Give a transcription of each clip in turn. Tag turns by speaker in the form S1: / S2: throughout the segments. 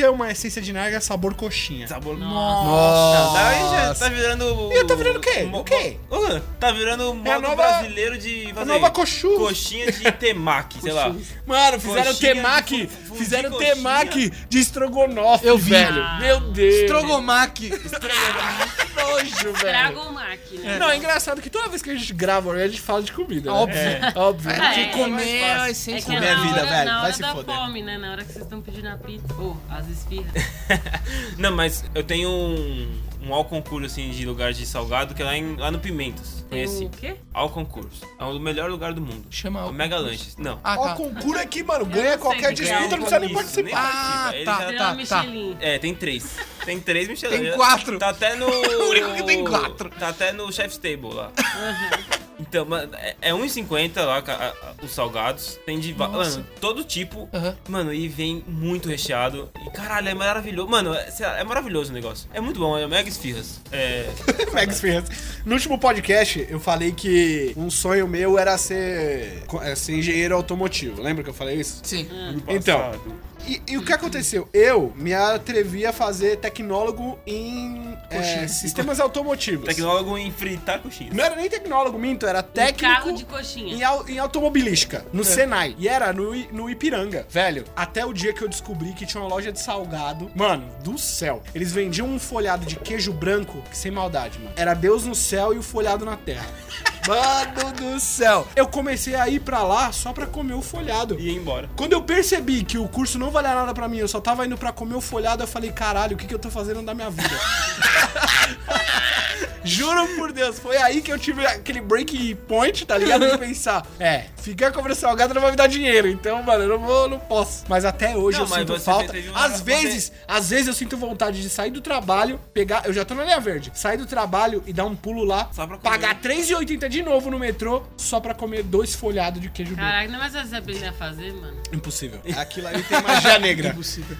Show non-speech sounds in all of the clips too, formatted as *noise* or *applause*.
S1: é uma essência de narga sabor coxinha.
S2: Sabor. Não,
S1: Nossa.
S2: daí já tá virando.
S1: E tá virando o quê?
S2: mo-
S1: O quê? É
S2: mo- Ah, tá virando modo
S1: nova-
S2: brasileiro de. fazer
S1: nova coxu.
S2: Coxinha de temaki, sei lá.
S1: Mano, fizeram
S2: Coxinha
S1: temaki,
S2: de fu- fu-
S1: fizeram
S2: de coxinha.
S1: temaki de estrogonofe,
S3: Eu vi.
S1: velho.
S3: Ah.
S1: Meu Deus.
S4: É,
S3: Estrogomac.
S1: Que nojo, velho.
S4: Dragon Mac, né?
S1: Não, é engraçado que toda vez que a gente grava, a gente fala de comida. né?
S3: Óbvio.
S1: É, óbvio.
S4: É.
S3: Que comer é a
S4: É
S3: essência
S4: que
S3: da
S4: é na
S3: minha
S4: hora,
S3: vida, velho.
S4: na
S3: Vai
S4: hora
S3: se
S4: da
S3: foder.
S4: fome, né? Na hora que vocês estão pedindo a pizza. Ô, as esfirras.
S2: Não, mas eu tenho um, um ao concurso assim, de lugar de salgado que é lá, em, lá no Pimentos.
S4: Tem
S2: Conheci.
S4: o quê?
S2: Ao concurso. É o melhor lugar do mundo. É
S3: Chama
S2: o
S3: ao
S2: Mega Lanches. Não.
S3: Ah,
S1: Ó,
S3: tá.
S1: concura aqui, mano. Ganha
S4: não sei é
S1: qualquer
S4: que
S1: disputa,
S4: ganha.
S1: não precisa nem
S2: Isso,
S1: participar.
S3: Ah,
S2: participa. Ele
S3: tá.
S2: já-
S4: Tem uma Michelin.
S2: É, tem três. Tem três Michelin.
S3: Tem quatro.
S2: Tá até no.
S3: *laughs* O único que tem quatro.
S2: Tá até no Chef's Table lá. Então, mano, é- é 1,50 lá ca- a- a- os salgados. Tem de. va-
S3: Nossa.
S2: Mano, todo tipo.
S3: Aham.
S2: Mano, e vem muito recheado. E caralho, é maravilhoso. Mano, é, sei lá, é maravilhoso o negócio. É muito bom, é mega esfirras. É.
S1: Max Ferraz. No último podcast, eu falei que um sonho meu era ser, é, ser engenheiro automotivo. Lembra que eu falei isso?
S3: Sim.
S4: Ah.
S3: *laughs*
S1: Então, e, e o que aconteceu? Eu me atrevi a fazer tecnólogo em é,
S3: Coxinha.
S1: sistemas automotivos.
S2: Tecnólogo em fritar coxinha.
S1: Não era nem tecnólogo, minto, era técnico
S4: Um carro de
S1: em,
S4: coxinha.
S1: au- em automobilística, no Senai. E era no, I- no Ipiranga, velho. Até o dia que eu descobri que tinha uma loja de salgado. Mano, do céu. Eles vendiam um folhado de queijo branco, que sem maldade, mano. Era Deus no céu e o folhado na terra. *laughs* mano do céu. Eu comecei a ir pra lá só pra comer o folhado.
S2: E ia embora.
S1: Quando eu percebi que o curso não valia nada pra mim, eu só tava indo pra comer o folhado, eu falei, caralho, o que, que eu tô fazendo da minha vida? *laughs* Juro por Deus, foi aí que eu tive aquele break point, tá ligado? De pensar, é, ficar cobrando salgado não vai me dar dinheiro, então, mano, eu não vou, não posso. Mas até hoje
S2: Não,
S1: eu
S2: mas
S1: sinto
S2: você
S1: falta.
S2: teve uma-
S1: Às vezes, às vezes eu sinto vontade de sair do trabalho, pegar, eu já tô na linha verde, sair do trabalho e dar um pulo lá,
S2: Só pra comer.
S1: pagar R$3,80 de novo no metrô, só pra comer dois folhados de queijo branco.
S4: Caraca, não é mais você aprender a fazer, mano.
S1: Impossível. Aquilo ali tem magia negra.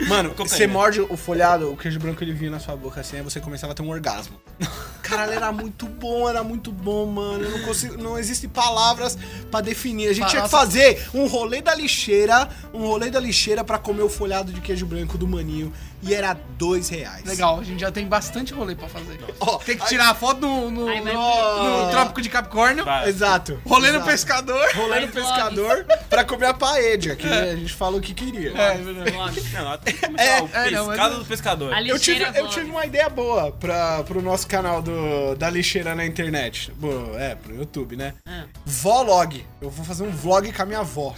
S1: Mano,
S2: Cocaína.
S1: você morde o folhado, o queijo branco ele vinha na sua boca assim, aí você começava a ter um orgasmo. *laughs* Caralho, era muito bom, era muito bom, mano. Eu não consigo, não existem palavras pra definir. A gente tinha que
S3: Nossa.
S1: fazer um rolê da lixeira, um rolê da lixeira pra comer o folhado de queijo branco do maninho e era dois reais.
S3: Legal, a gente já tem bastante rolê pra fazer.
S1: Ó,
S3: Tem que tirar a foto no, no,
S4: Aí vai-
S3: no- no Trópico de Capricórnio.
S2: Vai.
S1: Exato.
S3: Rolê no
S1: exato.
S3: pescador.
S1: Rolê no
S4: Vai,
S1: pescador pra comer a paedia, que a gente falou o que queria.
S4: Vlog.
S2: Não, ela tem que começar o
S3: *laughs* é, não, mas-
S2: pescado do pescador.
S4: Ali-
S1: Eu tive,
S4: Lixeira
S1: eu
S4: vlog.
S1: tive uma ideia boa pra, pro nosso canal do, da lixeira na internet. Bo- é, pro YouTube, né?
S4: Ah.
S1: Vlog. Eu vou fazer um vlog com a minha avó.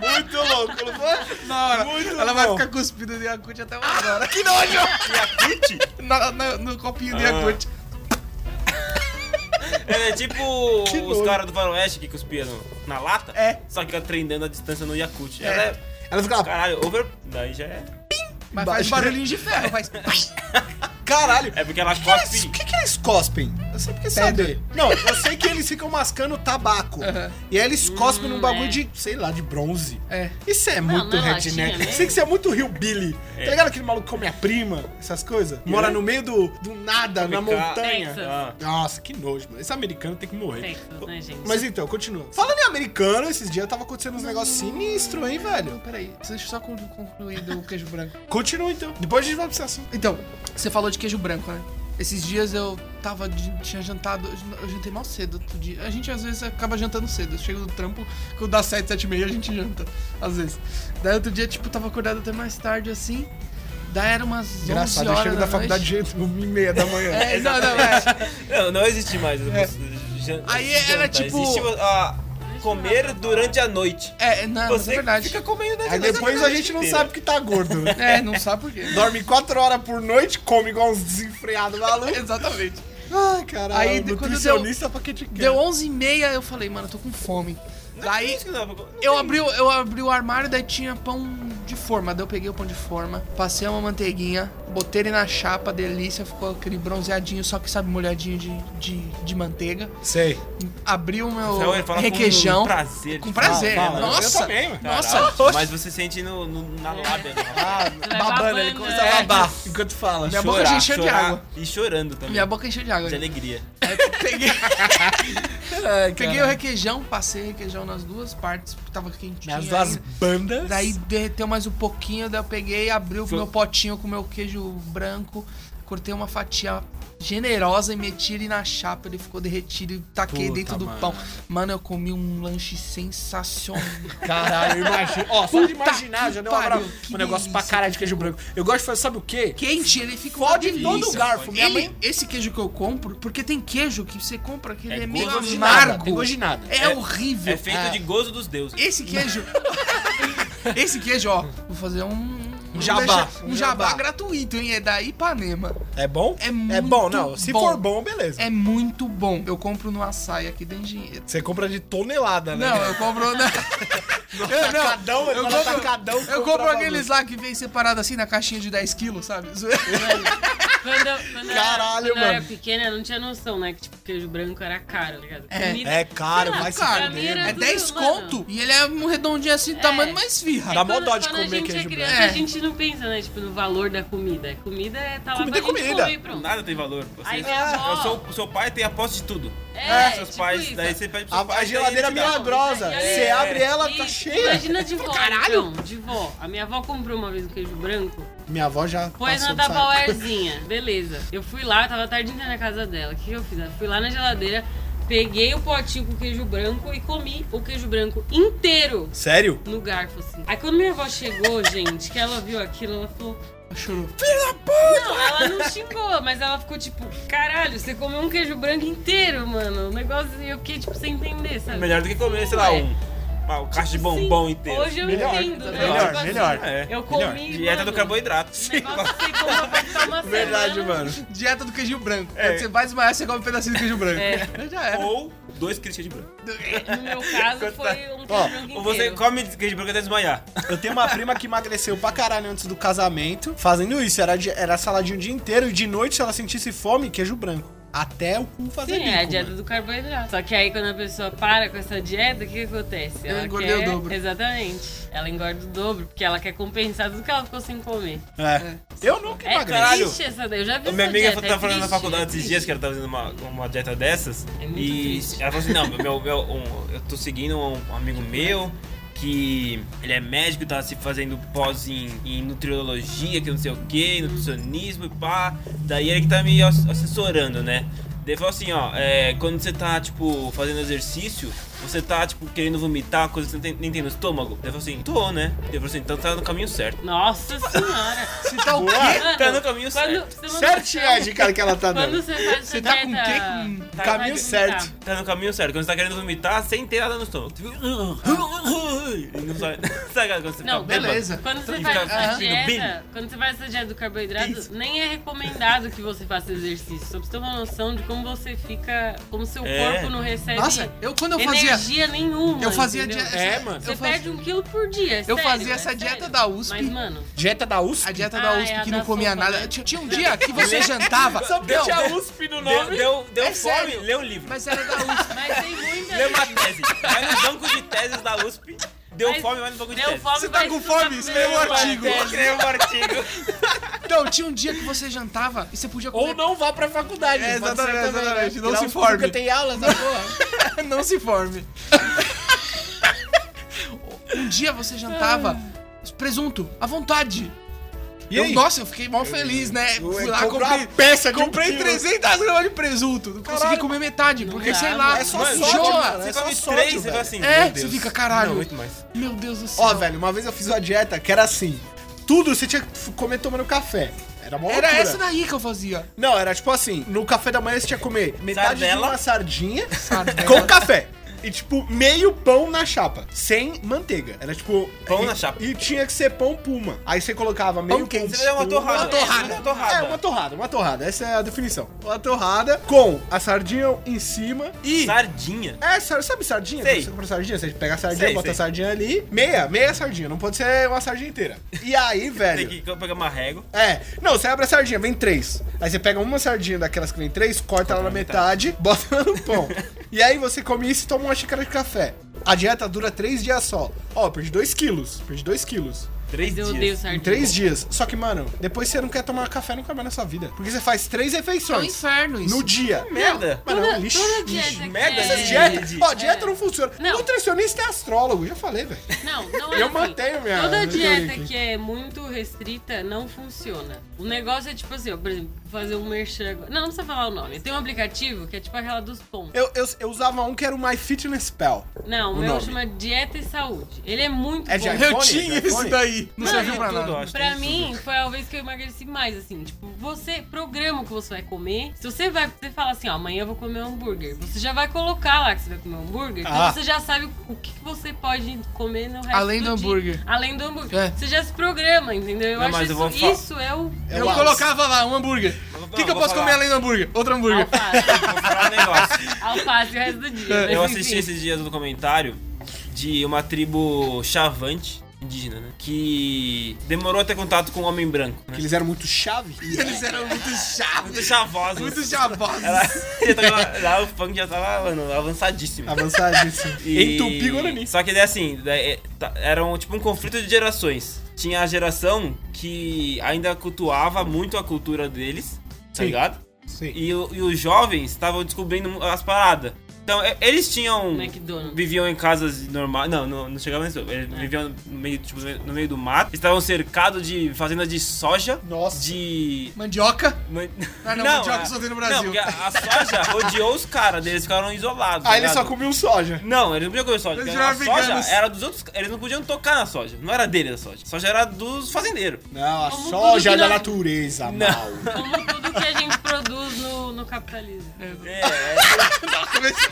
S1: Muito louco, não foi?
S3: Na hora.
S1: Muito
S3: Ela vai
S1: bom.
S3: ficar cuspida de Yakut até uma *laughs* hora. Que nojo! Yakut? no copinho de
S2: Ah.
S3: Yakut.
S2: É
S3: *laughs*
S2: tipo
S1: Que
S2: os
S1: nojo.
S2: caras do Faroeste que cuspiam no- na lata.
S3: É.
S2: Só que fica treinando a distância no Yakut.
S3: É.
S2: Ela é.
S1: Ela fica lá,
S2: Caralho, over. Daí já é.
S3: Mas faz
S1: Embaixo.
S3: barulhinho de ferro, *laughs* faz.
S1: caralho.
S2: É porque ela
S1: O que, que eles-
S2: cospe.
S1: que, que eles cospem? Eu sempre quis
S3: Pedra.
S1: saber. Não, eu sei que eles ficam mascando tabaco. E aí eles cospem num bagulho
S4: é.
S1: de, sei lá, de bronze.
S3: É.
S1: Isso é muito
S4: não é
S1: redneck.
S4: latinha, né?
S1: Sei que isso é muito hillbilly. Tá ligado aquele maluco que come a prima? Essas coisas? Mora no meio do, do
S3: É
S1: nada, na
S2: Come ca-
S1: montanha.
S4: Texas.
S2: Ah.
S1: Nossa, que nojo, mano. Esse americano tem que morrer.
S3: É
S4: Texas, né, gente?
S1: Mas então, continua. Falando em americano, esses dias tava acontecendo uns negócios sinistros, hein, velho?
S3: Não, peraí. Deixa eu só con- concluir do queijo branco.
S1: Continua então. Depois a gente vai pra esse assunto.
S3: Então, você falou de queijo branco, né? Esses dias eu tava. de- tinha jantado. eu- Eu jantei mal cedo outro dia. A gente às vezes acaba jantando cedo. Eu chego do trampo, quando dá 7, 7 e meia a gente janta. Às vezes. Daí outro dia, tipo, tava acordado até mais tarde assim. Daí era umas.
S1: Engraçado,
S3: 11
S1: eu
S3: horas
S1: chego da faculdade de jeito, uma e meia da manhã.
S3: *laughs* É, não, não, é.
S2: Não, não existe mais. Já-
S3: Aí era
S2: janta.
S3: tipo-
S2: Existe a, comer durante a noite.
S3: É, não, mas
S2: Você
S3: é verdade.
S2: fica né, comendo durante
S1: Aí
S2: noite
S1: depois a gente não
S2: inteira.
S1: sabe que tá gordo, né?
S3: É, não sabe por quê.
S1: Dorme quatro horas por noite, come igual uns desenfreados
S2: né?
S1: maluco.
S3: *laughs* Exatamente.
S1: Ai, caralho.
S3: Aí, de- quando deu-
S1: nutricionista pra que te quer.
S3: Deu 11h30, eu falei, mano, eu tô com fome.
S2: Por
S3: Daí
S2: isso que não dá pra-
S3: eu abri, o- eu abri o armário, daí tinha pão de forma. Daí eu peguei o pão de forma, passei uma manteiguinha, botei ele na chapa, delícia, ficou aquele bronzeadinho, só que sabe, molhadinho de, de, de manteiga.
S1: Sei.
S3: Abri o meu
S2: Rafael, ele fala com
S3: requeijão.
S2: prazer.
S3: Com prazer. né?
S1: Fala, fala.
S3: Nossa.
S1: Eu também, mano.
S3: nossa. Ah,
S2: Caralho, Mas você sente no, no- na lábia. né?
S4: Você
S1: babando, ele
S4: vai
S3: É.
S4: babando,
S1: começa
S4: né?
S1: a babar enquanto fala.
S3: Minha boca
S2: Chorar,
S3: já encheu de
S2: chorar
S3: água.
S2: E chorando também.
S3: Minha boca encheu de água.
S2: De alegria.
S3: Aí eu peguei,
S1: Ai,
S3: peguei
S1: cara.
S3: o requeijão, passei o requeijão nas duas partes, porque tava quentinho.
S1: Nas duas
S3: ainda.
S1: bandas.
S3: Daí derreteu mais um pouquinho, daí eu peguei, abri o
S2: Foi-
S3: meu potinho com o meu queijo branco, cortei uma fatia generosa e meti ele na chapa, ele ficou derretido e taquei
S1: Puta,
S3: dentro do
S1: mano.
S3: pão. Mano, eu comi um lanche sensacional.
S1: Caralho, imagina. Ó, só
S3: Puta
S1: de imaginar já
S3: que
S1: deu uma brava.
S3: pariu, que
S1: Um negócio pra
S3: delícia.
S1: caralho de queijo branco. Eu gosto de fazer, sabe o quê?
S3: Quente, ele fica uma
S1: Fode em todo
S3: delícia.
S1: garfo. Minha
S3: Ele-
S1: mãe-
S3: esse queijo que eu compro, porque tem queijo que você compra que ele é,
S2: É
S3: meio
S2: gosto de
S3: amargo.
S1: nada, tem gosto de nada.
S3: É,
S2: É-
S3: horrível.
S2: É feito
S1: Ah.
S2: de gozo dos deuses.
S3: Esse queijo. esse queijo, ó. Vou fazer um.
S1: Um jabá.
S3: um jabá,
S1: jabá.
S3: gratuito, hein? É da Ipanema.
S1: É bom?
S3: É muito
S1: É bom, não. Se
S3: bom.
S1: for bom, beleza.
S3: É muito bom. Eu compro no açaí aqui dentro de dinheiro.
S1: Você compra de tonelada, né?
S3: Não,
S1: *laughs*
S3: eu compro na. Eu, não,
S1: Tacadão,
S3: eu
S1: eu
S3: compro-
S1: compro, tacadão,
S3: eu compro
S1: comprava
S3: aqueles lá que vem separado assim na caixinha de 10 quilos,
S4: *laughs* É
S3: sabe?
S4: Quando, eu- quando eu-
S1: Caralho,
S4: quando eu era
S1: mano.
S4: pequena, eu não tinha noção, né? Que tipo, queijo branco era caro, tá ligado?
S3: É.
S4: Comida-
S1: É caro,
S4: Sei lá,
S1: vai se
S4: cara,
S1: fuder,
S4: mira,
S1: mano.
S3: É 10
S4: mano.
S3: conto e ele é um redondinho assim, do tamanho de uma esfirra.
S1: Dá mó
S4: É quando-
S1: dó de
S4: quando a
S1: comer
S4: gente
S1: queijo
S4: é criança,
S3: branco.
S4: a gente não pensa, né? Tipo, no valor da comida. Comida é tá lá
S1: Comida é
S4: pra gente
S1: comida.
S4: comer, pronto.
S2: Nada tem valor. Você,
S4: Aí minha
S2: é,
S4: avó-
S2: o seu, o seu pai tem a posse de tudo. Ah,
S4: É,
S2: seus
S4: tipo
S2: pais,
S4: isso.
S2: daí você pede pro seu
S1: A,
S2: pai.
S1: a
S2: daí
S1: geladeira
S2: ele te dá.
S1: milagrosa.
S4: E aí-
S1: Você abre ela, tá
S4: Isso,
S1: cheia.
S4: Imagina de vó,
S3: Caralho.
S4: então, de vó. A minha avó comprou uma vez um queijo branco,
S1: Minha avó já
S4: pôs
S1: passou
S4: na
S1: dessa época.
S4: Tupperwarezinha. Beleza. Eu fui lá, eu tava a tarde inteira na casa dela. O que, que eu fiz? Eu fui lá na geladeira, peguei o potinho com queijo branco e comi o queijo branco inteiro
S1: Sério?
S4: no garfo, assim. Aí quando minha avó chegou, gente, que ela viu aquilo, ela falou...
S3: Chorou.
S4: Não, ela não xingou, mas ela ficou tipo, caralho, você comeu um queijo branco inteiro, mano. O negócio, e eu fiquei tipo sem entender, sabe?
S2: é Melhor do que comer, sei lá,
S4: Ué.
S2: um, uma- um caixa de
S4: Sim,
S2: bombom inteiro.
S4: Hoje eu
S1: Melhor,
S4: entendo. né?
S1: melhor,
S4: Tipo assim,
S1: melhor.
S2: É.
S4: Eu comi.
S2: Dieta
S4: mano,
S2: do carboidrato.
S4: O negócio que você comeu pra ficar uma
S1: Verdade,
S4: semana.
S1: mano.
S3: Dieta do queijo branco.
S2: É.
S3: Quando Você vai desmaiar, você come um pedacinho do queijo branco.
S4: É.
S3: Já era.
S2: *laughs* Ou dois queijos de branco.
S4: No meu caso, foi um
S1: Ó,
S4: queijo branco inteiro.
S2: Ou você come queijo de branco até desmaiar.
S1: Eu tenho uma prima que emagreceu pra caralho antes do casamento, fazendo isso. Era, de- era saladinho o dia inteiro e de noite, se ela sentisse fome, queijo branco. Até o cu fazer
S4: Sim,
S1: bico,
S4: é a dieta
S1: mano.
S4: do carboidrato. Só que aí quando a pessoa para com essa dieta, o que, que acontece?
S3: Ela
S4: Ela
S3: engordou o
S4: quer-
S3: dobro.
S4: Exatamente. Ela engorda o dobro, porque ela quer compensar tudo que ela ficou sem comer.
S1: É. Eu nunca
S4: É
S1: emagreço.
S2: caralho.
S4: triste essa daí, eu já vi
S2: Minha
S4: essa
S2: amiga
S4: dieta,
S2: tava
S4: é
S2: tá falando na
S4: triste,
S2: faculdade
S4: é
S2: esses
S4: triste.
S2: dias que ela tava fazendo uma, uma dieta dessas.
S4: É muito
S2: e
S4: triste.
S2: ela falou assim: não, meu,
S4: *laughs*
S2: meu, um- eu tô seguindo um amigo meu que ele é médico, tá se fazendo pós em, em nutriologia, que não sei o que, nutricionismo e pá. Daí ele que tá me ass- assessorando, né? Daí falou assim, ó, é, quando você tá, tipo, fazendo exercício, você tá, tipo, querendo vomitar, coisa que você nem tem- nem tem no estômago. Daí falou assim, tô, né? Daí falou assim, então tá no caminho certo.
S4: Nossa senhora.
S3: Se tá o
S1: Boa.
S3: quê?
S2: Tá no caminho certo.
S4: você manda-
S1: Certinho é a dica que ela tá
S4: Quando
S1: dando.
S4: você faz
S3: Você
S4: essa
S3: tá com o quê?
S4: dieta-
S3: Com
S4: tá-
S1: caminho
S4: vai
S1: certo.
S4: vomitar.
S2: Tá no caminho certo, quando você tá querendo vomitar sem ter nada no estômago. Tipo, E não sabe, *laughs* sabe quando você
S4: Não,
S2: fica
S3: beleza.
S2: bêbado?
S3: Então,
S4: Quando você
S2: E
S4: faz
S2: fica
S4: essa
S2: sentindo
S4: dieta,
S2: bem.
S4: quando você faz essa dieta do carboidrato,
S2: Isso.
S4: nem é recomendado que você faça exercício. Só pra você ter uma noção de como você fica, como seu
S2: É.
S4: corpo não recebe
S3: Nossa, eu quando eu fazia.
S4: energia nenhuma.
S3: Eu fazia
S4: entendeu?
S3: dieta.
S1: É, mano.
S4: Você
S3: eu fazia-
S4: perde um quilo por dia. é
S3: Eu
S4: sério,
S3: fazia
S4: é
S3: essa dieta
S4: sério.
S3: da USP.
S4: Mas, mano,
S1: Dieta da USP?
S3: A dieta
S4: Ah,
S3: da
S4: é,
S3: USP
S4: a
S3: que
S4: da
S3: não comia
S4: sopa,
S3: nada.
S4: né?
S3: Tinha, tinha um dia
S1: *laughs*
S3: que você jantava. Não,
S1: USP no
S2: Deu, deu, deu
S3: É
S2: fome,
S3: sério.
S2: lê o livro.
S3: mas era da USP.
S4: mas tem muita
S2: Lê uma tese. Vai no banco de teses da USP. Deu
S4: Mas
S2: fome, vai no banco de
S4: deu
S2: teses.
S4: fome,
S3: Você
S4: vai
S3: tá com
S4: estudar
S3: fome?
S4: pro
S3: Você leu
S4: primeiro
S3: o artigo.
S4: ano.
S2: Escreveu um artigo.
S3: Não, tinha um dia que você jantava e você podia comer.
S1: Ou não vá pra faculdade.
S3: É,
S1: pode ser
S3: exatamente,
S1: também, né?
S3: exatamente, não
S1: Tirar
S3: se
S1: um-
S3: forme.
S1: Nunca tem aula, essa porra.
S3: *laughs* não
S1: *laughs*
S3: se forme. Um dia você jantava Ah. presunto à vontade.
S1: E
S3: eu,
S1: aí?
S3: nossa, eu fiquei mal feliz, né?
S1: Eu
S3: Fui
S1: ia
S3: lá,
S1: comprar
S3: comprei
S1: uma peça de um
S3: Comprei
S1: quilo.
S3: 300 gramas de presunto. Não consegui
S1: Caralho.
S3: comer metade, porque
S4: dá,
S3: sei lá,
S1: É só
S3: mano,
S1: sódio,
S3: enjoa.
S1: mano.
S2: Você
S1: é só
S2: come
S1: sódio,
S2: três, você
S1: velho.
S2: fala assim.
S3: É,
S2: meu
S3: você
S2: Deus.
S3: fica, caralho.
S2: Não, muito mais.
S3: Meu Deus do céu.
S1: Ó, velho, uma vez eu fiz uma dieta que era assim: tudo você tinha que f- comer tomando café. Era uma
S3: Era
S1: loucura.
S3: essa daí que
S1: *laughs*
S3: eu fazia.
S1: Não, era tipo assim: no café da manhã você tinha que comer metade
S2: Sardela.
S1: de uma sardinha
S3: Sardela.
S1: com café. E, tipo, meio pão na chapa. Sem manteiga. Era, tipo...
S2: Pão
S1: e-
S2: na chapa.
S1: E tinha que ser pão puma. Aí você colocava meio
S2: Pão quente,
S1: de
S2: você vai dar uma
S1: puma.
S2: torrada.
S3: Uma torrada.
S2: É,
S1: É,
S2: Uma
S1: uma
S2: torrada.
S1: torrada, uma torrada. Essa é a definição. Uma torrada com a sardinha em cima e...
S2: Sardinha.
S1: É, sar- sabe sardinha?
S2: Sei.
S1: Quando Você compra sardinha, você pega a sardinha,
S2: Sei,
S1: bota a
S2: sei.
S1: sardinha ali. Meia, meia sardinha. Não pode ser uma sardinha inteira. E aí, velho...
S2: *laughs* Tem que pegar marrego.
S1: É, não, você abre a sardinha, vem três. Aí você pega uma sardinha daquelas que vem três, corta ela na metade, *laughs* bota ela no pão. e aí você come isso e toma uma xícara de café. A dieta dura três dias só. Ó, eu perdi dois quilos, perdi dois quilos.
S2: Três
S4: Eu odeio
S2: dias.
S1: Em
S4: sardinha.
S1: três dias. Só que, mano, depois você não quer tomar café nunca mais na sua vida. Porque você faz três
S3: É um
S1: refeições
S3: inferno isso.
S1: no dia.
S2: Merda.
S1: Mano, é um
S4: Toda-
S1: lixo.
S4: toda
S1: lixo.
S4: dieta que
S2: merda,
S4: é-
S1: Essas dietas. Ó, dieta
S4: É.
S1: não funciona.
S4: Não.
S1: Nutricionista é astrólogo, já falei, velho.
S4: Não, não é
S1: Eu
S4: assim.
S1: mantenho minha-
S4: Toda
S1: minha teoria
S4: dieta
S1: aqui.
S4: que é muito restrita não funciona. O negócio é tipo assim, ó, por exemplo, fazer um merchan. agora. Não, não precisa falar o nome. Tem um aplicativo que é tipo aquela dos pontos.
S1: Eu, eu, eu usava um que era o My Fitness Pal.
S4: Não, o
S1: O
S4: meu
S1: nome.
S4: chama Dieta e Saúde. Ele é muito
S1: É
S4: bom.
S1: de
S3: Eu
S1: iPhone,
S3: tinha
S1: iPhone.
S3: esse daí. Não
S4: Mano,
S3: serviu pra
S2: tudo,
S3: nada.
S2: acho que
S4: Pra
S2: tem
S4: mim, foi a vez que eu emagreci mais, assim. Tipo, você programa o que você vai comer. Se você vai, você fala assim, ó, amanhã eu vou comer um hambúrguer. Você já vai colocar lá que você vai comer um hambúrguer.
S1: Ah.
S4: Então você já sabe o que que você pode comer no resto
S3: Além do
S4: dia.
S3: hambúrguer.
S4: Além do hambúrguer.
S3: É.
S4: Você já se programa, entendeu? Eu
S2: Não,
S4: acho
S2: mas eu
S4: isso,
S2: vou fa-
S4: isso é o...
S1: É
S3: Eu
S1: o Alce.
S3: colocava lá um hambúrguer.
S2: Mas vou-
S3: O que, que eu
S2: vou
S3: posso
S2: falar.
S3: comer além do hambúrguer? Outro hambúrguer.
S4: Alface.
S2: Vou falar um negócio.
S4: Alface o resto do dia. mas
S2: Eu
S4: enfim.
S2: assisti esses dias um documentário de uma tribo chavante indígena, né? Que demorou a ter contato com um homem branco. Né?
S1: Que eles eram muito chave.
S3: *laughs* Eles eram muito
S2: Muito
S3: chaves.
S2: chavosa.
S3: Muito chavosos.
S2: Ela *laughs* já tava, lá o funk já tava mano, avançadíssimo.
S1: Avançadíssimo.
S2: E-
S1: Entupi Guarani.
S2: Só que daí assim, daí, é, tá- era um, tipo um conflito de gerações. Tinha a geração que ainda cultuava muito a cultura deles, tá
S1: Sim.
S2: ligado?
S1: Sim.
S2: E, o- e os jovens estavam descobrindo as paradas. Então, é- eles tinham.
S4: McDonald's.
S2: Viviam em casas normais. Não, não, não chegavam nisso. Eles viviam no meio, tipo, no meio do mato. Estavam cercados de fazendas de soja.
S1: Nossa.
S2: De.
S3: Mandioca.
S2: man-
S3: *laughs* Ah, não, mandioca só tem no Brasil.
S2: Não, porque a, a soja rodeou os caras, eles ficaram isolados. tá
S1: Ah, ele
S2: ligado?
S1: só comiam soja.
S2: Não, eles não podiam comer soja.
S3: Eles
S2: porque
S3: viraram
S2: A soja
S3: veganos.
S2: era dos outros. Eles não podiam tocar na soja. Não era dele a soja. A soja era dos fazendeiros.
S1: Não, a
S4: Como
S1: soja é
S4: tudo que
S1: da
S4: não-
S1: natureza,
S2: Não.
S1: mal.
S4: Como tudo que a gente produz no, no capitalismo.
S2: É,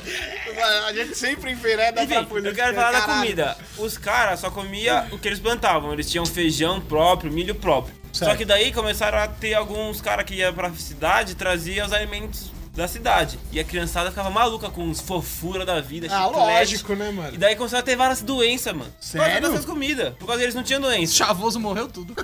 S1: *laughs* a gente sempre envereda
S2: Enfim, eu quero falar da comida. Os caras só comiam o que eles plantavam. Eles tinham feijão próprio, milho próprio. Só
S1: Certo.
S2: que daí começaram a ter alguns caras que iam pra cidade e traziam os alimentos da cidade. E a criançada ficava maluca com os fofura da vida,
S1: Ah,
S2: chiclete.
S1: lógico, né,
S2: E
S1: mano?
S2: daí começaram a ter várias doenças, mano. Por causa
S1: Sério?
S2: dessas comidas. Por causa que eles não tinham doença.
S3: Chavoso morreu tudo.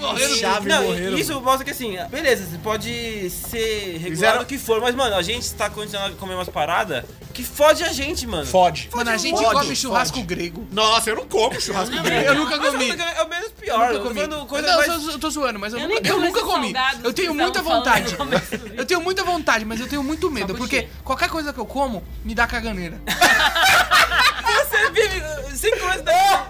S1: Morreram Chave
S2: não,
S1: morreram.
S2: Isso mostra que assim, beleza, você pode ser regulado
S1: eram-
S2: o que for, mas mano, a gente tá condicionado a comer umas paradas que fode a gente, mano.
S1: Fode.
S3: Mano, a gente
S1: Fode,
S3: come churrasco
S1: fode.
S3: grego.
S1: Nossa, eu não como churrasco
S4: Não,
S1: grego.
S3: Eu nunca
S2: Mas eu
S3: comi.
S2: tô falando que É o menos
S3: Eu
S2: pior. Eu
S3: nunca
S2: tô
S3: comi.
S2: falando coisa
S3: não,
S2: mais...
S3: eu sou- eu tô zoando, mas eu,
S4: Eu
S3: nunca,
S4: nem
S3: eu
S4: como
S3: nunca
S4: esses
S3: comi.
S4: salgados
S3: Eu tenho
S4: que
S3: muita
S4: estavam falando
S3: vontade.
S4: no começo do vídeo.
S3: Eu tenho muita vontade, mas eu tenho muito medo, porque
S4: coxinha.
S3: qualquer coisa que eu como me dá caganeira.
S4: *laughs*
S2: Você vive cinco anos da...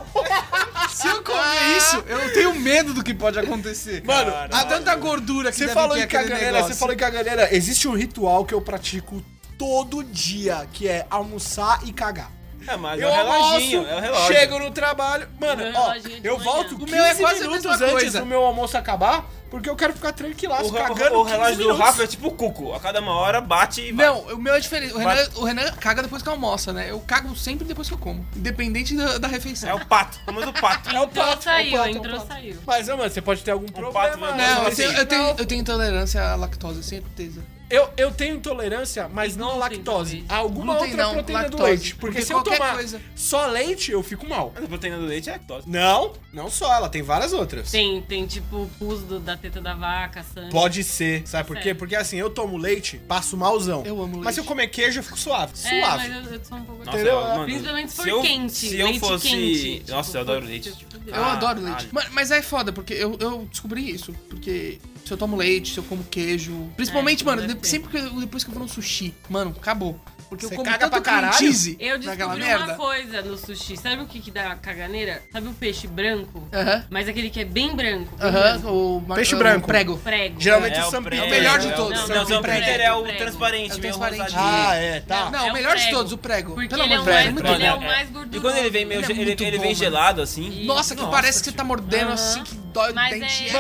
S3: Se eu comer isso, eu tenho medo do que pode acontecer.
S1: Mano,
S2: Caralho.
S3: Há tanta gordura que
S1: Você
S3: deve
S1: falou
S3: ter
S1: em
S3: aquele
S1: caganeira,
S3: negócio.
S1: você falou em caganeira. Existe um ritual que eu pratico todo dia, que é almoçar e cagar.
S2: É, mas é
S1: Eu
S2: o
S1: almoço,
S2: reloginho, é o relógio.
S1: chego no trabalho. Mano,
S4: O meu
S1: ó,
S4: reloginho é de
S1: eu
S4: manhã.
S1: volto
S3: O
S1: 15
S3: meu é quase a
S1: minutos
S3: mesma
S1: antes
S3: coisa.
S1: do meu almoço acabar, porque eu quero ficar
S2: O,
S1: tranquilaço,
S2: re-
S1: cagando.
S2: o relógio
S1: 15
S2: do
S1: minutos.
S2: Rafa é tipo cuco. A cada uma hora bate e vai.
S3: Não, o meu é diferente. O Renan,
S2: Vai.
S3: o Renan caga depois que almoça, né? Eu cago sempre depois que eu como. Independente da, da refeição.
S2: É o pato. O nome do pato.
S1: É o
S4: Entrou,
S1: pato, é o
S4: Então, saiu,
S1: pato, é o
S4: entrou,
S1: pato.
S4: saiu.
S1: Mas, ô, mano, você pode ter algum
S2: pato
S1: problema.
S2: não é
S1: né?
S3: Não, eu
S2: Mas
S3: tenho,
S2: assim,
S3: eu, tenho, eu tenho intolerância à lactose, certeza.
S1: Eu, eu tenho intolerância, mas não à
S4: Glúten,
S1: lactose.
S4: talvez.
S1: A alguma
S3: Glúten
S1: outra
S3: não,
S1: proteína do
S3: lactose.
S1: leite. Porque,
S3: Porque
S1: se eu
S3: qualquer
S1: tomar
S3: coisa.
S1: só leite, eu fico mal.
S2: A proteína do leite é lactose.
S1: Não, não só ela, tem várias outras.
S4: Tem, tem tipo pus do- da teta da vaca, sangue.
S1: Pode ser, sabe por quê?
S4: Sério.
S1: Porque assim, eu tomo leite, passo malzão.
S3: Eu amo
S1: Mas
S3: leite.
S1: se eu comer queijo, eu fico suave.
S4: É,
S1: Suave.
S4: mas eu, eu sou um pouco...
S2: Nossa,
S1: Entendeu?
S3: É,
S2: mano,
S4: Principalmente se for
S2: se eu,
S4: quente,
S2: Se eu
S4: leite
S2: fosse...
S4: quente. Tipo,
S2: Nossa, eu adoro
S4: putz,
S2: leite.
S4: tipo,
S3: Eu
S2: Ah,
S3: adoro leite.
S2: ah.
S3: Mas, mas é foda, porque eu, eu descobri isso. Porque se eu tomo leite, se eu como queijo. Principalmente,
S4: É,
S3: mano,
S4: deve
S3: de-
S4: ter.
S3: sempre que eu- depois que eu vou num sushi, mano, acabou. Porque
S1: Você
S3: eu como
S1: caga
S3: tanto
S1: pra caralho?
S3: cream cheese
S4: Eu
S3: naquela
S4: descobri
S3: merda.
S4: uma coisa no sushi. Sabe o que que dá caganeira? Sabe o peixe branco?
S1: Ah.
S3: Aham.
S4: Mas aquele que é bem branco. bem
S3: Aham,
S4: branco.
S3: o ma-
S1: Peixe
S3: o
S1: branco.
S3: Prego.
S4: Prego.
S1: Geralmente
S2: É
S1: o
S2: o
S1: Sam
S2: prego,
S1: Peter.
S3: O melhor de
S2: é
S3: todos,
S2: Não,
S3: Sam
S2: não, o Sam
S3: Peter.
S2: Peter é o
S4: Prego.
S2: transparente,
S3: É o
S2: meio
S3: transparente.
S2: rosadinho.
S1: Ah, é, tá.
S3: Não,
S4: É
S3: o
S4: o
S3: melhor de
S4: prego.
S3: todos, o prego.
S4: Porque
S3: Pelo
S4: ele é
S3: amor
S4: o
S3: de Deus,
S4: mais
S3: é muito
S4: bonito, ele é
S3: bom.
S4: o mais gorduroso.
S2: né? E quando ele vem meio...
S3: Ele é
S2: Ele,
S3: muito
S2: ele
S3: bom,
S2: vem
S3: mano.
S2: gelado, assim...
S3: Nossa, que parece que você tá mordendo
S4: Aham.
S3: assim, que dói
S4: Mas
S3: o dente.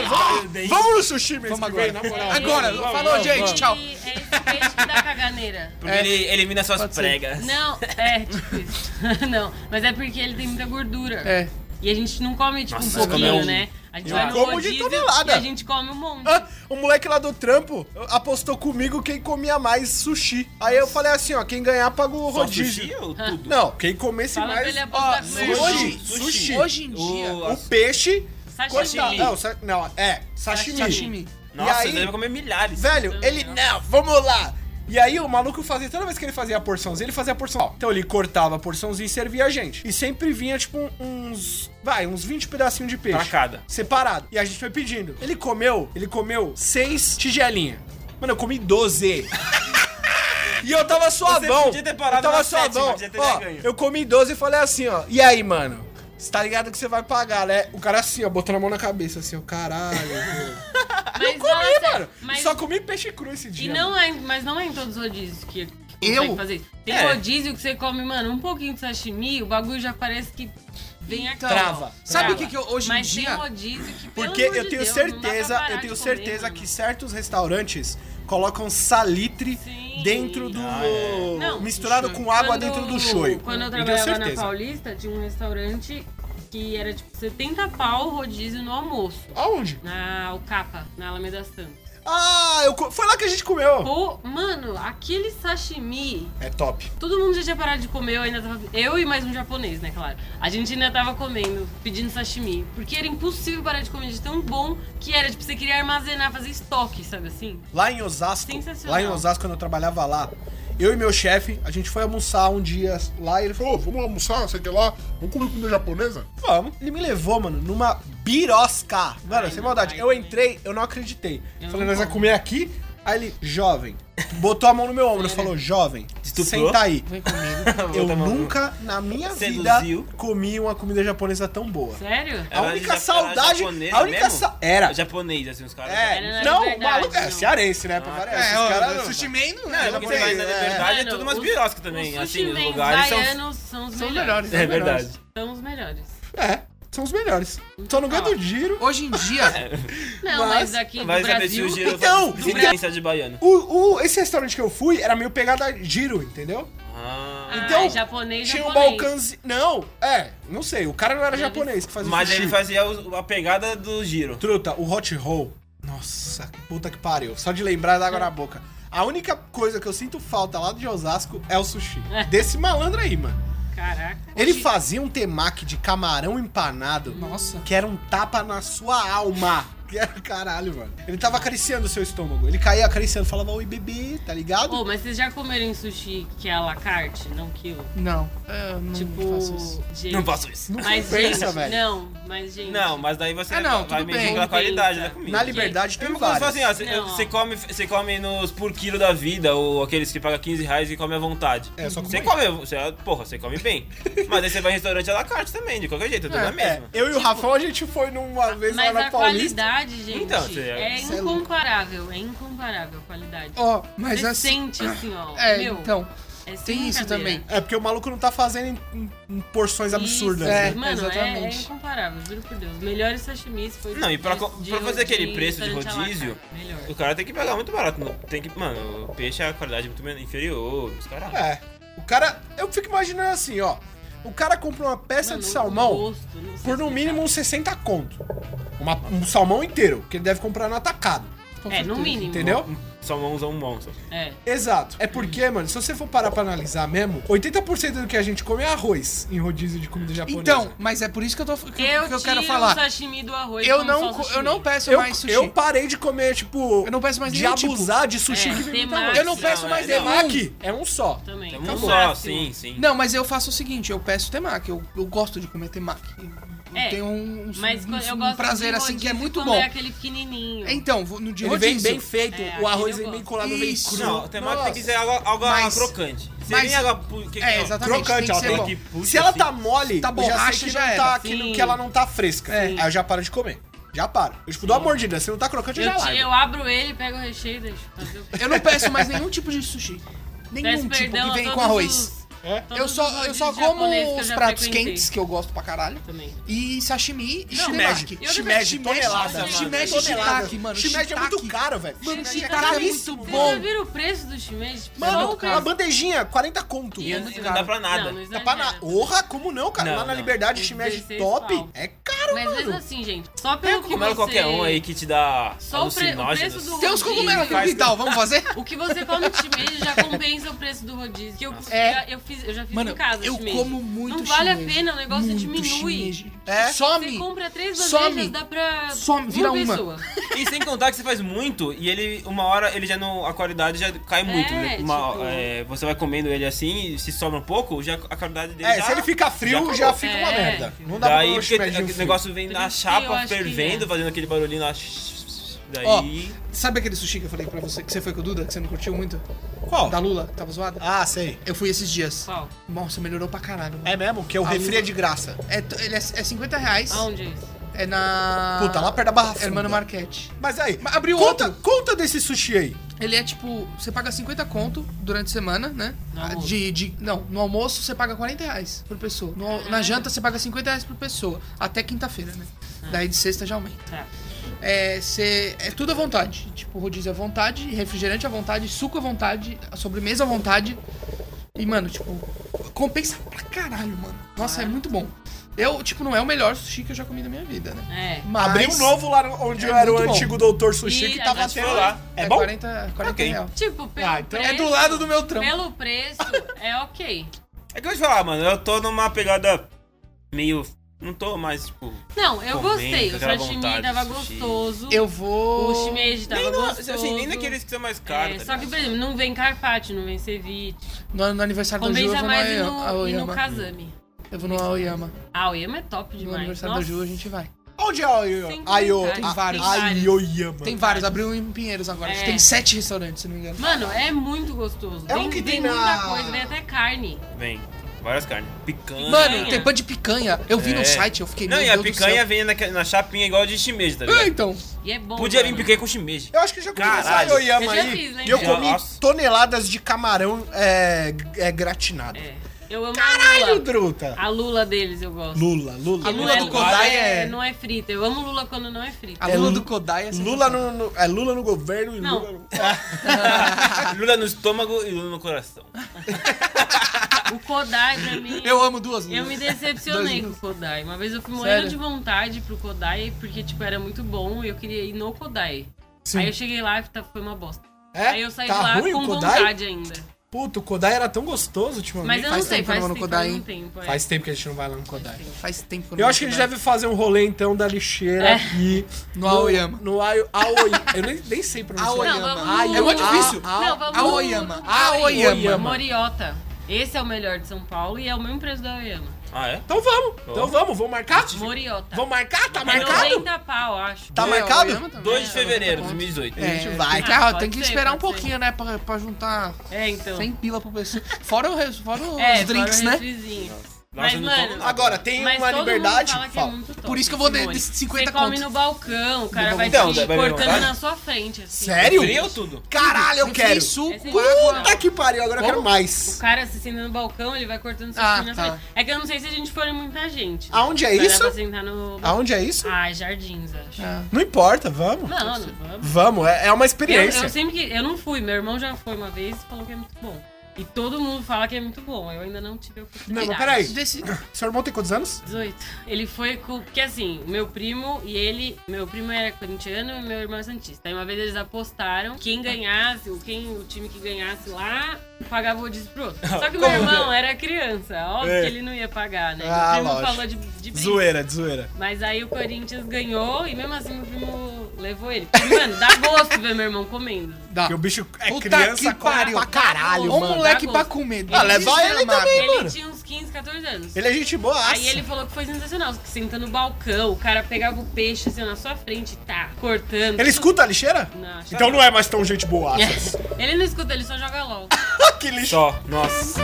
S4: é-
S1: Vamos no sushi mesmo.
S3: Vamos
S1: que vem,
S3: agora.
S1: na moral.
S3: Agora,
S4: Ele-
S3: falou, gente,
S4: ele-
S3: tchau.
S4: é esse peixe que dá caganeira.
S2: Porque ele elimina suas
S3: É, Pode ser.
S2: pregas.
S4: Não, é, tipo isso. *laughs* não, mas é porque ele tem muita gordura.
S3: É.
S4: E a gente não come, tipo,
S2: Nossa,
S4: um
S2: mas
S4: pouquinho,
S2: comeu um-
S4: né? A gente
S1: Eu
S4: vai no
S1: como de
S4: rodízio
S1: tonelada.
S4: e a gente come um monte.
S1: Ah, o moleque lá do trampo apostou comigo quem comia mais sushi. Aí eu falei assim, ó, quem ganhar paga o
S2: Só
S1: rodízio.
S2: sushi ou tudo?
S1: Não, quem comesse
S4: Fala é pra
S1: mais...
S4: ele apostar
S3: ó,
S4: com
S1: Sushi,
S4: meu irmão.
S1: hoje,
S2: Sushi.
S1: sushi.
S3: Hoje em
S2: O-
S3: dia.
S1: O peixe...
S4: Sashimi.
S1: cortado. Não, sa- não, é, sashimi.
S3: tá Sashimi.
S2: Nossa,
S1: e aí-
S2: ele deve comer milhares.
S1: Velho, ele. Não, vamos lá! E aí o maluco fazia, toda vez que ele fazia a porçãozinha, ele fazia a porção. ó. Então ele cortava a porçãozinha e servia a gente. E sempre vinha, tipo, uns. Vai, uns 20 pedacinhos de peixe.
S2: Pra cada.
S1: Separado. E a gente foi pedindo. Ele comeu, ele comeu seis tigelinhas. Mano, eu comi
S2: *laughs*
S1: 12. E eu tava suavão.
S2: podia ter parado
S1: eu tava
S2: na sétima,
S1: suavão.
S2: podia ter
S1: Ó,
S2: ganho.
S1: eu comi 12 e falei assim, ó. E aí, mano? Você tá ligado que você vai pagar, né? O cara assim, ó, botando a mão na cabeça, assim, ó. Caralho, velho.
S4: Mas,
S1: comi,
S4: nossa,
S1: mano.
S4: mas-
S1: Só comi peixe cru esse
S4: E
S1: dia. mano.
S4: não é, mas não é em todos os rodízios que, que
S3: Eu?
S4: consegue fazer. isso. Tem
S2: É.
S4: rodízio que você come, mano, um pouquinho de sashimi, o bagulho já parece que vem aqui.
S3: Então,
S1: Trava.
S3: Sabe
S4: Trava.
S3: o que, que eu, hoje
S4: mas
S3: em dia.
S4: tem um rodízio que, pelo
S1: Porque
S4: amor
S1: eu
S4: de
S1: tenho
S4: Deus, não dá pra
S1: certeza,
S4: parar
S1: eu
S4: de
S1: tenho
S4: comer,
S1: certeza
S4: mano.
S1: que certos restaurantes colocam salitre
S4: Sim.
S1: dentro do
S2: Ah, é.
S4: Não,
S1: misturado
S3: do
S1: com água
S4: Quando-
S1: dentro do shoyu.
S4: Quando eu
S1: tenho
S4: trabalhava na
S1: certeza.
S4: Paulista, tinha um restaurante que era tipo 70 pau o rodízio no almoço.
S1: Aonde?
S4: Na Alcapa, na Alameda Santos.
S1: Ah, eu co- foi lá que a gente comeu.
S4: Pô, mano, aquele sashimi
S1: É top.
S4: Todo mundo já tinha parado de comer, eu ainda tava. Eu e mais um japonês, né, claro. A gente ainda tava comendo, pedindo sashimi. Porque era impossível parar de comer de tão bom que era, tipo, você queria armazenar, fazer estoque, sabe assim?
S1: Lá em Osasco,
S4: Sensacional.
S1: lá em Osasco, quando eu trabalhava lá, eu e meu chefe, a gente foi almoçar um dia lá e ele falou,
S5: Ô, vamos almoçar, sei que lá. Vamos comer comida japonesa?
S1: Vamos. Ele me levou, mano, numa birosca. Mano,
S4: Ai,
S1: sem
S4: não,
S1: maldade.
S4: ai,
S1: eu
S4: também.
S1: entrei, eu não acreditei.
S4: Eu
S1: Falei,
S4: não
S1: nós vamos
S4: como.
S1: comer aqui. Aí ele, jovem, botou a mão no meu ombro e falou, jovem,
S2: Estuprou?
S1: senta aí.
S3: Vem comigo.
S1: *laughs* Eu
S2: Bota a mão no-
S1: nunca na minha
S2: Seduziu.
S1: vida comi uma comida japonesa tão boa.
S4: Sério?
S1: A
S2: Ela
S1: única
S2: já-
S1: saudade-
S2: ela japonesa
S1: a única
S2: mesmo?
S1: sa- era.
S2: Japonês, assim, os caras.
S1: É,
S4: Era na
S1: não, o
S4: liberdade,
S1: maluco é
S4: não.
S1: cearense, né? pra variar, esses
S3: ó,
S1: caras não-
S3: Sushi Man não,
S2: É, Não,
S3: é.
S2: não,
S1: japonês,
S2: você vai na
S1: é.
S2: liberdade, é, tudo umas
S4: os-
S2: biroscas também.
S4: os
S2: assim, os
S4: sushi
S2: lugares são...
S4: baianos são os
S3: São
S4: melhores.
S2: *laughs*
S3: melhores.
S2: É verdade.
S4: São os melhores.
S1: É, são os melhores. Só não ganha do giro.
S3: Hoje em dia. *laughs*
S4: Não,
S1: Mas-
S4: mas, aqui no
S2: Vai saber se
S4: Brasil.
S2: o
S4: *laughs*
S2: giro
S1: Então,
S2: do
S1: então-
S2: Fluminense é de baiano.
S1: O, o- esse restaurante que eu fui era meio pegada giro, entendeu?
S2: Ah,
S4: Ah,
S1: Então,
S4: é japonês,
S1: Tinha um
S4: japonês.
S1: balcãozinho. Não, é, não sei. O cara não era
S4: Deve-
S1: japonês que fazia
S2: mas
S1: sushi.
S2: ele fazia o- a pegada do giro.
S1: Truta, o hot roll. Nossa, que puta que pariu. Só de lembrar dá água na boca. A única coisa que eu sinto falta lá de Osasco é o sushi. Desse malandro aí, mano.
S4: Caraca.
S1: Ele fazia um temaki de camarão empanado.
S3: Nossa.
S1: Que era um tapa na sua alma. Que era caralho, mano. Ele tava acariciando o seu estômago. Ele caía acariciando, falava oi bebê, tá ligado?
S4: Pô, mas vocês já comeram sushi que é à la carte, não quilo?
S3: Não. Eu não
S4: Tipo.
S3: faço isso.
S4: Gente,
S2: Não faço isso.
S4: Mas,
S1: compensa,
S4: gente,
S1: velho.
S4: não, mas, gente.
S2: Não, mas daí você
S3: Ah, não,
S2: vai
S3: tudo
S2: medir
S3: bem. tá.
S2: pela qualidade da
S4: Compensa.
S2: comida.
S1: Na liberdade
S2: É a
S1: tem
S2: mesma coisa,
S1: vários.
S2: você fala assim, ó,
S4: Não.
S2: você come, você come nos por quilo da vida, ou aqueles que paga 15 reais e come à vontade.
S1: É, só
S2: Você
S1: comer.
S2: come, você, porra, você come
S1: *laughs*
S2: bem. Mas aí você vai em restaurante à la carte também, de qualquer jeito, tudo na
S1: É,
S2: mesma.
S1: eu e o Rafão, a gente foi numa vez lá
S4: Mas
S1: na
S4: a
S1: Paulista.
S4: qualidade, gente,
S2: Então, você-
S4: é
S1: você é
S4: incomparável. É incomparável a qualidade.
S3: Ó, mas
S4: Você
S3: assim.
S4: sente assim, ó.
S3: É,
S4: meu,
S3: então.
S4: é sem
S3: tem isso
S4: brincadeira.
S3: também.
S1: É, porque o maluco não tá fazendo em, em- em porções absurdas.
S4: Isso,
S1: né?
S3: É,
S4: Mano,
S3: exatamente.
S4: É, é incomparável, juro por Deus. Melhores sashimis foi
S2: Não, e pra
S4: de-
S2: co-
S4: de-
S2: pra fazer aquele
S4: de
S2: preço de
S4: restaurante à la
S2: rodízio,
S4: carte. Melhor.
S1: é.
S2: O cara tem que pagar muito barato. não- Tem que, mano, o peixe a qualidade é muito men- inferior. Os caras.
S1: É. O cara. Eu fico imaginando assim, ó. O cara compra uma peça
S4: Mano,
S1: de
S4: o
S1: salmão
S4: gosto, não sei
S1: por no
S4: explicar.
S1: mínimo uns 60 conto. Uma- um salmão inteiro, que ele deve comprar no atacado.
S3: com
S4: É, no
S3: certeza.
S4: mínimo.
S1: Entendeu?
S2: Salmãozão monstro.
S4: É.
S1: Exato. É porque, mano, se você for parar pra analisar mesmo, 80% do que a gente come é arroz em rodízio de comida japonesa.
S3: Então, mas é por isso que eu tô. Que,
S4: Eu,
S3: que eu quero
S4: tiro o
S3: falar.
S4: sashimi do arroz.
S3: Eu
S4: como
S3: não,
S4: só
S3: co-
S4: o
S3: eu
S4: sashimi.
S3: não peço
S1: eu,
S3: mais sushi.
S1: eu parei de comer, tipo.
S3: Eu não peço mais
S1: De
S3: nenhum tipo.
S1: abusar de sushi
S4: É,
S1: que vem muito
S4: temaki.
S1: longe.
S3: Eu não peço
S2: Não,
S3: mais
S2: é, não.
S3: nenhum.
S1: Temaki é um só.
S4: Também.
S2: É
S4: Tá
S2: um
S4: bom.
S2: só,
S4: Máximo.
S2: sim, sim.
S3: Não, mas eu faço o seguinte, eu peço temaki, eu, eu gosto de comer temaki. Eu
S4: É,
S3: tenho um, um-
S4: Mas
S3: um-
S4: quando- eu
S3: um
S4: gosto
S3: prazer
S4: de
S3: assim que é
S4: rodízio
S3: muito
S4: quando
S3: bom.
S4: É aquele pequenininho.
S3: Então, vou- no dia
S1: Ele vem
S3: rodízio.
S1: bem feito,
S4: É,
S1: o
S4: aquele
S1: arroz
S4: eu
S1: vem bem
S4: gosto.
S1: colado, vem
S3: Isso.
S1: cru.
S2: Não, o temaki tem que
S1: Nossa.
S2: ser algo, algo
S3: Mas-
S2: crocante. Se
S3: mas-
S2: vem algo. Que,
S3: É, exatamente.
S1: crocante,
S3: tem que
S1: ela
S3: ser
S1: tem
S3: bom.
S2: que puxa,
S1: Se ela
S2: assim.
S1: tá mole, eu
S3: Tá
S1: já
S3: borracha,
S1: sei que,
S3: já
S1: não
S3: era.
S1: tá, que, não-
S4: Sim.
S1: que ela não tá fresca.
S3: É.
S1: Aí eu já paro de comer. Já paro. Eu, tipo, dou uma mordida. Se não tá crocante, eu,
S4: Eu,
S1: já
S4: tiro- eu
S1: largo.
S4: abro ele, pego o recheio e deixo. fazer o-
S3: Eu não peço mais nenhum tipo de sushi. Nenhum
S4: Peço
S3: tipo
S4: perdão
S3: que
S4: a
S3: vem com
S4: todos
S3: arroz.
S4: os-
S1: É?
S4: Todos
S3: Eu só,
S4: os
S3: eu só
S4: rodízios
S3: como
S4: japoneses que eu
S3: os
S4: já
S3: pratos
S4: frequentei
S3: quentes, que eu gosto pra caralho.
S4: Também.
S3: E sashimi e é shimeji. né?
S4: E outra coisa,
S1: Shimeji, tonelada, mano.
S3: shimeji,
S1: Tonelada.
S3: shiitake, mano,
S1: Shimeji é
S3: shiitake.
S1: muito caro, velho.
S3: Mano,
S4: Shiitake
S3: shiitake é muito
S1: caríssimo.
S4: Vocês já
S3: bom. é um
S4: viram o preço do shimeji? Tipo, só
S1: Mano,
S4: o
S1: uma
S4: preço.
S1: bandejinha, 40 conto.
S2: E
S1: Não
S2: não
S4: Exato.
S2: dá pra nada.
S4: Não, é não
S1: dá pra na...
S4: exagera.
S1: Porra, como não, cara?
S2: Não,
S1: Lá na
S2: não.
S1: Liberdade,
S4: Os
S1: Shimeji
S4: 16
S1: top
S4: pau.
S1: é caro,
S4: Mas mesmo
S1: mano.
S4: assim, gente, só pelo
S2: Pega
S4: que
S2: cogumelo
S4: você...
S2: qualquer um aí que te dá assim?
S4: Só o pre- o
S2: alucinógenos.
S4: preço do-
S3: Tem uns cogumelos aqui no
S4: Faz-
S3: quintal, vamos fazer?
S4: O que você come de shimeji já compensa o preço do rodízio. Que eu,
S3: É.
S4: já, eu, fiz, eu já fiz
S3: Mano,
S4: em casa
S3: eu
S4: shimeji.
S3: como muito
S4: Não vale
S3: shimeji.
S4: a pena, o negócio
S3: Muito
S4: diminui. Tipo,
S3: shimeji.
S1: É?
S4: Você
S3: Some.
S4: compra três
S3: Some.
S4: bandejas, dá pra
S3: Some, vira
S4: uma
S3: uma.
S4: pessoa.
S2: E sem contar que você faz muito e ele, uma hora, ele já não. A qualidade já cai muito. né? Uma-
S4: tipo-
S2: é, você vai comendo ele assim e se sobra um pouco, já a qualidade dele
S1: É,
S2: já.
S1: se ele fica frio,
S2: acabou.
S1: já, fica uma
S4: É.
S1: merda.
S3: um
S1: Não dá
S2: Daí
S1: pra
S2: porque
S1: comer um shimeji
S2: o
S1: frio.
S2: negócio vem
S4: Por
S2: na
S4: isso que eu
S2: chapa
S4: acho que
S2: fervendo,
S4: é.
S2: fazendo aquele barulhinho lá. Daí.
S3: Ó, sabe aquele sushi que eu falei pra você, que você foi com o Duda, que você não curtiu muito?
S1: Qual?
S3: Da Lula, que tava zoada?
S1: Ah, sei.
S3: Eu fui esses dias.
S4: Qual?
S3: Nossa, melhorou pra caralho. mano.
S1: É mesmo? Que o
S3: A
S1: refri
S3: Lula-
S1: é de graça.
S3: É, t- ele é, é 50 reais.
S4: Aonde é isso?
S3: É na.
S1: Puta, lá perto da Barra Funda.
S3: Hermano Marquete.
S1: Mas aí,
S3: Mas abriu
S1: conta,
S3: outro.
S1: conta desse sushi aí.
S3: Ele é tipo, você paga 50 conto durante a semana, né?
S4: No almoço.
S3: De, de- não, no almoço você paga 40 reais por pessoa. No- na janta você paga 50 reais por pessoa. Até quinta-feira, né?
S4: Ah.
S3: Daí de sexta já aumenta.
S4: Tá.
S3: É, cê- é tudo à vontade. Tipo, rodízio à vontade, refrigerante à vontade, suco à vontade, a sobremesa à vontade. E, mano, tipo, compensa pra caralho, mano. Nossa, é muito bom. Eu, tipo, não é o melhor sushi que eu já comi na minha vida, né?
S4: É.
S3: Mas
S1: Abriu um novo lá onde
S3: É
S1: eu era o
S3: muito bom.
S1: antigo doutor sushi
S4: E
S1: que
S4: a
S1: tava
S4: gente
S1: tendo
S4: foi.
S1: lá. É, bom?
S3: 40, 40
S2: Ok.
S3: real.
S4: Tipo, pelo
S1: Ah, então é
S4: preço...
S3: É do lado do meu trampo.
S4: Pelo preço, é ok.
S2: É que eu vou te falar, mano, eu tô numa pegada meio. Não tô mais, tipo.
S4: Não, eu
S2: Comenta,
S4: gostei. O
S2: aquela
S4: sashimi
S2: vontade
S4: tava
S2: de sushi.
S4: gostoso.
S3: Eu vou.
S4: O shimeji tava
S2: nem, no,
S4: gostoso.
S2: assim, nem naqueles que são mais caros.
S4: É,
S2: tá
S4: só que,
S2: ligado?
S4: por exemplo, não vem carpaccio, não vem ceviche.
S3: No, no aniversário da Ju, é eu
S4: Compensa
S3: vou
S4: mais
S3: no
S4: ir no, ir no
S3: Aoyama.
S4: Kazami.
S3: Eu vou no Aoyama.
S4: Ah, o Yama é top
S3: No
S4: demais.
S3: aniversário da
S4: Nossa,
S3: Ju, a gente vai.
S1: Onde é o Ayo?
S4: Tem
S1: Ayo-
S4: vários,
S1: a-
S3: tem vários.
S1: Ayoyama.
S3: Tem vários, abriu em Pinheiros agora.
S4: É.
S3: Tem sete restaurantes, se não me engano.
S4: Mano, é muito gostoso.
S1: É
S4: vem,
S1: um que tem
S4: vem
S1: na-
S4: muita coisa, vem até carne.
S2: Vem. Várias carnes. Picanha.
S3: Mano, tem pão de picanha. Eu vi
S2: É.
S3: no site, eu fiquei
S2: Não,
S3: meu
S2: e a
S3: Deus do
S2: picanha é
S3: céu.
S2: vem na, na chapinha igual de shimeji, tá
S3: É,
S2: ligado?
S3: então.
S4: E é bom.
S2: Podia vir
S4: mano.
S2: picanha com shimeji.
S1: Eu acho que eu já comi esse
S2: Caralho.
S1: Ayoyama
S4: Eu já
S1: aí.
S4: fiz, né,
S1: e eu
S4: gente?
S1: comi
S2: Nossa.
S1: toneladas de camarão é, é, gratinado.
S4: É. Eu amo a
S1: Caralho,
S4: Lula.
S1: Druta.
S4: A Lula deles eu gosto.
S1: Lula, Lula.
S4: A Lula,
S2: do
S4: não
S2: Kodai
S4: é-
S1: é-
S4: Não é frita. Eu amo Lula quando não é frita.
S3: A
S1: É
S3: Lula
S1: Lu-
S3: do Kodai é
S1: Lula
S3: sensacional.
S1: no, no- é Lula no governo e
S4: Não.
S1: Lula no...
S2: *laughs* Lula no estômago e Lula no coração.
S4: O Kodai, pra mim.
S3: Eu amo duas
S4: Eu
S3: Lulas.
S4: me decepcionei
S3: Dois
S4: com o Kodai. Uma vez eu fui
S3: Sério?
S4: morrendo de vontade pro Kodai, porque, tipo, era muito bom e eu queria ir no Kodai. Aí eu cheguei lá e tá- foi uma bosta.
S1: É?
S4: Aí eu saí
S1: Tá
S4: de lá
S1: ruim o
S4: com
S1: Kodai?
S4: vontade ainda.
S1: Puta, o Kodai era tão gostoso
S4: Mas
S1: ultimamente.
S4: eu não
S3: faz tempo
S4: sei,
S3: que eu
S4: faz
S3: não vou
S4: tempo,
S3: no
S4: faz
S3: Kodai,
S4: um
S3: hein?
S4: tempo. é.
S1: Faz tempo que a gente não vai lá no Kodai.
S3: Faz tempo que
S1: Eu acho que a gente deve fazer um rolê, então, da lixeira
S4: É.
S1: aqui.
S3: No Aoyama.
S1: *laughs* No Aoi... Aoi... Eu nem, nem sei pronunciar.
S3: Aoyama.
S4: Não, vamos...
S1: Ai,
S3: É muito difícil.
S4: Não, vamos...
S3: Aoyama.
S1: Aoyama.
S4: Moriota. Esse é o melhor de São Paulo e é o mesmo preço da Aoyama.
S2: Ah, é?
S1: Então vamos. Então vamos. Vamos marcar?
S4: Moriota.
S1: Vamos marcar? Tá
S4: É
S1: marcado?
S4: 90 pau, acho.
S1: Tá
S3: É,
S1: marcado?
S3: Aoyama também.
S2: 2 de fevereiro de
S3: tá bom.
S2: 2018.
S3: É,
S1: gente vai.
S3: Tem que,
S4: Ah,
S3: ah,
S4: pode
S3: tem que
S4: ser,
S3: esperar um
S4: pode ser.
S3: pouquinho, né? Pra, pra juntar
S4: É, então.
S3: 100 pila por pessoa. Fora, o, res- fora os
S4: é,
S3: drinks,
S4: fora o
S3: né?
S4: refrizinho. Mas,
S2: não
S4: mano,
S2: tô-
S1: Agora, tem
S4: Mas
S1: uma
S4: todo
S1: liberdade.
S4: mundo fala que é
S1: Fala.
S4: muito top,
S3: Por isso que eu vou de-
S4: Simone.
S3: desse 50
S4: Você come
S3: conto.
S4: no balcão, o cara
S3: No
S4: vai
S2: balcão.
S4: te
S2: Então, vai
S4: cortando
S2: vontade?
S4: na sua frente, assim.
S1: né, Sério?
S2: Frio tudo.
S1: Caralho, eu
S3: Refri,
S1: quero.
S3: suco,
S4: Esse-
S3: água.
S1: Puta que pariu, agora eu quero
S3: Como?
S4: O
S1: mais.
S4: cara se senta no balcão, ele vai cortando seu
S3: Ah,
S4: filho na
S3: tá.
S4: frente. É que eu não sei se a gente for em muita gente.
S1: Aonde é
S4: Vai dar
S1: isso?
S4: pra sentar no...
S1: Aonde é isso?
S4: Ah, jardins, acho.
S3: Ah.
S1: Não importa, vamos.
S4: Mano, vamos.
S1: Vamos, é, é uma
S4: Eu,
S1: experiência.
S4: eu sempre que... Eu não fui, meu irmão já foi uma vez e falou que é muito bom. E todo mundo fala que é muito bom, eu ainda não tive a
S1: Não,
S4: oportunidade.
S1: mas peraí.
S3: Desse-
S1: Seu irmão tem quantos anos?
S4: 18. Ele foi com. Porque assim, o meu primo e ele. Meu primo era corintiano e meu irmão é santista. Aí uma vez eles apostaram quem ganhasse, ou quem, o time que ganhasse lá, pagava o disco pro outro. Só que meu
S2: Como
S4: irmão era criança. Óbvio
S1: É.
S4: que ele não ia pagar, né?
S1: Ah,
S4: meu primo
S1: lógico.
S4: falou de, de brinco.
S1: Zoeira, de zoeira.
S4: Mas aí o Corinthians ganhou e mesmo assim meu primo levou ele. Porque, Mano, dá gosto ver meu irmão comendo.
S3: Dá.
S1: Porque o bicho é
S3: Puta
S1: criança
S3: que pariu.
S1: pra caralho,
S3: Ô,
S1: mano.
S3: moleque
S4: dá
S3: pra
S4: gosto.
S3: comer.
S1: Ah, leva ele
S3: desgramado.
S1: também. Ei,
S4: ele
S1: mano.
S4: tinha uns 15, 14 anos.
S1: Ele é gente boa.
S4: Aí ele falou que foi sensacional, que senta no balcão, o cara pegava o peixe assim na sua frente, tá, cortando.
S1: Ele escuta a lixeira?
S4: Não, acho é.
S1: Então não é mais tão gente boa.
S4: Ele não escuta, ele só joga LOL.
S1: *laughs* que lixo.
S2: Só, nossa.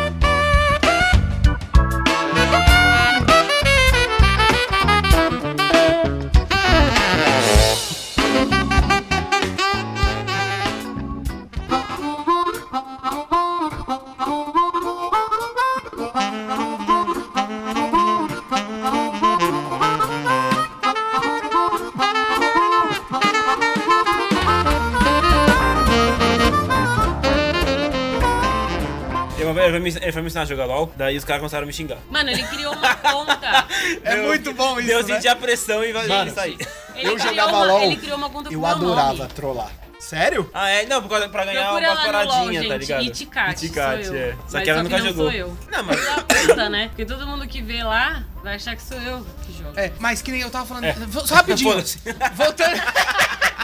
S2: Uma vez ele foi me- ele foi me ensinar a jogar LOL, daí os caras começaram a me xingar.
S4: Mano, ele
S1: *laughs*
S4: criou uma conta.
S3: É muito bom isso,
S2: Deu
S3: né?
S2: sentir a pressão e vai
S1: Mano,
S2: e sair.
S4: Ele
S1: Eu
S4: criou
S1: jogava
S4: uma,
S1: LOL,
S4: Ele criou uma conta
S1: Eu
S4: com o meu nome.
S1: adorava trollar. Sério?
S2: Ah, é? Não, por causa, pra ganhar
S4: Procura
S2: umas
S4: lá no LOL,
S2: paradinhas,
S4: gente.
S2: tá ligado?
S4: Iticate,
S2: Iticate,
S4: sou eu.
S2: é. Só
S4: Mas
S2: que ela
S4: só
S2: nunca
S4: não
S2: jogou.
S4: sou eu.
S2: Não, mas...
S4: Filha da puta, né? Porque todo mundo que vê lá vai achar que sou eu que jogo.
S3: É, mas que nem eu tava falando. Vou- Só rapidinho.
S2: *laughs* Foda-se.
S3: Voltando.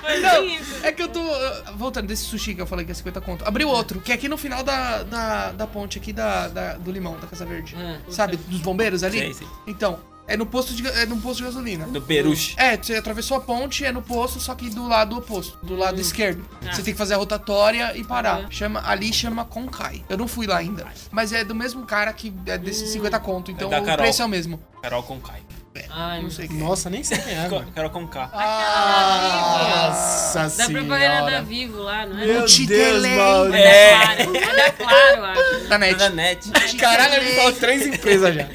S4: Foi
S3: Não,
S4: isso.
S3: é que eu tô. uh, Voltando desse sushi que eu falei que é 50 conto. Abri outro, que é aqui no final da, da, da ponte aqui da, da- do limão, da Casa Verde.
S4: Ah.
S3: Sabe? Dos bombeiros ali?
S2: Sei, sei.
S3: Então, é no posto de, ga- é no posto de gasolina.
S2: No Peruche.
S3: É, você atravessou a ponte, é no posto, só que do lado oposto, do lado esquerdo. Você tem que fazer a rotatória e parar.
S4: Uhum.
S3: Chama, ali chama Conkai. Eu não fui lá ainda. Mas é do mesmo cara que é desses 50 conto, então
S2: da
S3: o
S2: Carol.
S3: preço é o mesmo.
S2: Carol com K.
S4: Ai,
S3: Não
S4: meu
S3: sei.
S1: Nossa, nem sei quem é,
S4: *laughs*
S1: mano.
S2: Carol com K.
S4: Aquela da Vivo.
S1: Nossa
S4: Da propaganda da
S1: senhora.
S4: Vivo lá, não é?
S1: Meu
S3: Te
S1: Deus,
S3: delay.
S1: mano.
S2: É.
S4: Claro. É claro, acho.
S3: Da net.
S2: Da net.
S3: *laughs*
S1: Caralho, ele falou três empresas já.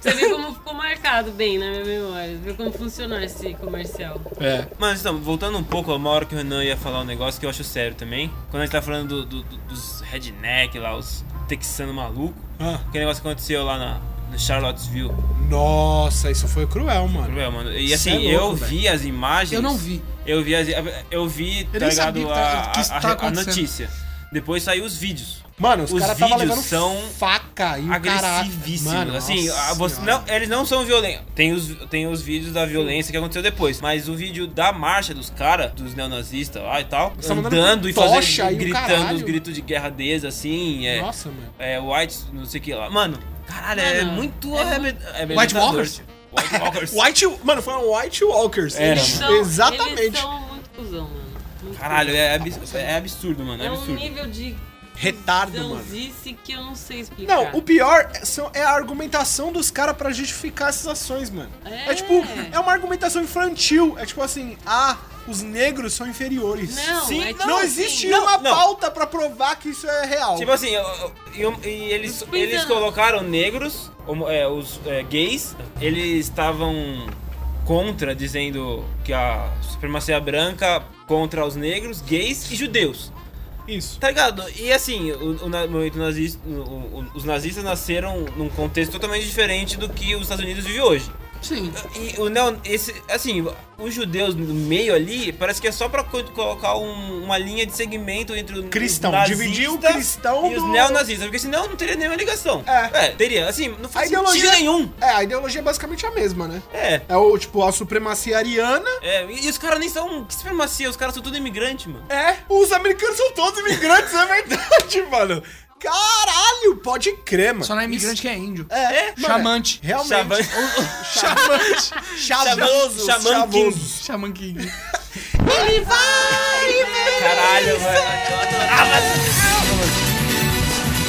S4: Você viu como ficou marcado bem na minha memória. Você viu como funcionou esse comercial.
S1: É.
S2: Mas então, voltando um pouco, uma hora que o Renan ia falar um negócio que eu acho sério também. Quando a gente tá falando do- do- do- dos redneck lá, os texano maluco,
S1: Ah.
S2: aquele negócio que aconteceu lá na, no Charlottesville.
S1: Nossa, isso foi cruel, mano.
S2: Cruel, mano. E
S1: Cê
S2: assim,
S1: é louco,
S2: eu vi as imagens.
S3: Eu não vi.
S2: Eu vi as, eu vi,
S3: Eu
S2: tá
S3: nem
S2: ligado,
S3: sabia que tá-
S2: a,
S3: que isso
S2: a,
S3: tá
S2: a, a
S3: acontecendo.
S2: notícia. Depois saiu os vídeos.
S1: Mano, os,
S2: Os
S1: caras estavam
S2: vídeos
S1: levando
S2: são
S1: faca e o caralho.
S2: agressivíssimos. assim, a- você- não, eles não são violentos. Tem os, tem os vídeos da violência que aconteceu depois. Mas o vídeo da marcha dos caras, dos neonazistas lá e tal,
S1: Eles tão mandando
S2: andando e
S1: tocha
S2: fazendo,
S1: e o
S2: gritando
S1: caralho.
S2: os gritos de guerra deles, assim, é,
S1: Nossa, mano.
S2: é white, não sei o que lá. Mano, caralho, é
S4: Mano,
S2: muito
S4: é
S2: arrebent- arrebentador.
S3: White Walkers?
S2: White Walkers.
S1: *laughs* White, mano, foi um White Walkers.
S2: Era,
S1: Eles-
S4: São- Eles
S1: Exatamente.
S4: são muito cuzão, mano. Muito
S2: Caralho, é, abs- é absurdo, mano, é
S4: É um
S2: absurdo.
S4: nível de
S1: Retardo, mano.
S4: cuzãozice que eu não sei explicar.
S1: Não, o pior é- são- é a argumentação dos caras pra justificar essas ações, mano. É.
S4: É.
S1: tipo, é uma argumentação infantil. É tipo assim, ah, os negros são inferiores.
S4: Não,
S2: Sim,
S4: é
S1: Não,
S4: tipo assim,
S1: existe
S2: não,
S1: uma
S2: não.
S1: pauta pra provar que isso é real.
S2: Tipo assim, eu- eu- e, e eles,
S4: Os
S2: eles
S4: pintando.
S2: colocaram negros, homo- é, os é, gays, eles estavam contra, dizendo que a supremacia branca contra os negros, gays e judeus.
S1: isso.
S2: Tá ligado? E assim, o, o na- o movimento nazista, o- o- os nazistas nasceram num contexto totalmente diferente do que os Estados Unidos vive hoje.
S3: Sim.
S2: E o neo, esse, assim, os judeus no meio ali, parece que é só pra co- colocar um- uma linha de segmento entre o
S1: Cristão,
S2: nazista
S1: dividir o cristão
S2: e os
S1: do-
S2: neonazistas, porque senão não teria nenhuma ligação.
S1: É.
S2: teria, assim, não
S1: A
S2: faz
S1: ideologia
S2: sentido nenhum.
S1: É, a ideologia é basicamente a mesma, né?
S2: É,
S1: É o tipo a supremacia ariana.
S2: é, e e os caras nem são, que supremacia, os caras são tudo imigrante, mano.
S1: É, os americanos são todos imigrantes, é verdade, *laughs* mano. Caralho, pode crer, mano.
S3: Só não é imigrante que é índio.
S1: É, mano,
S3: Chamante.
S1: Realmente.
S2: Chavan-
S1: Chamante. Chavosos.
S2: Xamã
S1: Chavosos.
S2: King.
S3: Xamanquinho.
S1: Ele vai, ele
S2: *laughs* Caralho, velho. Eu adorava essa música, mano.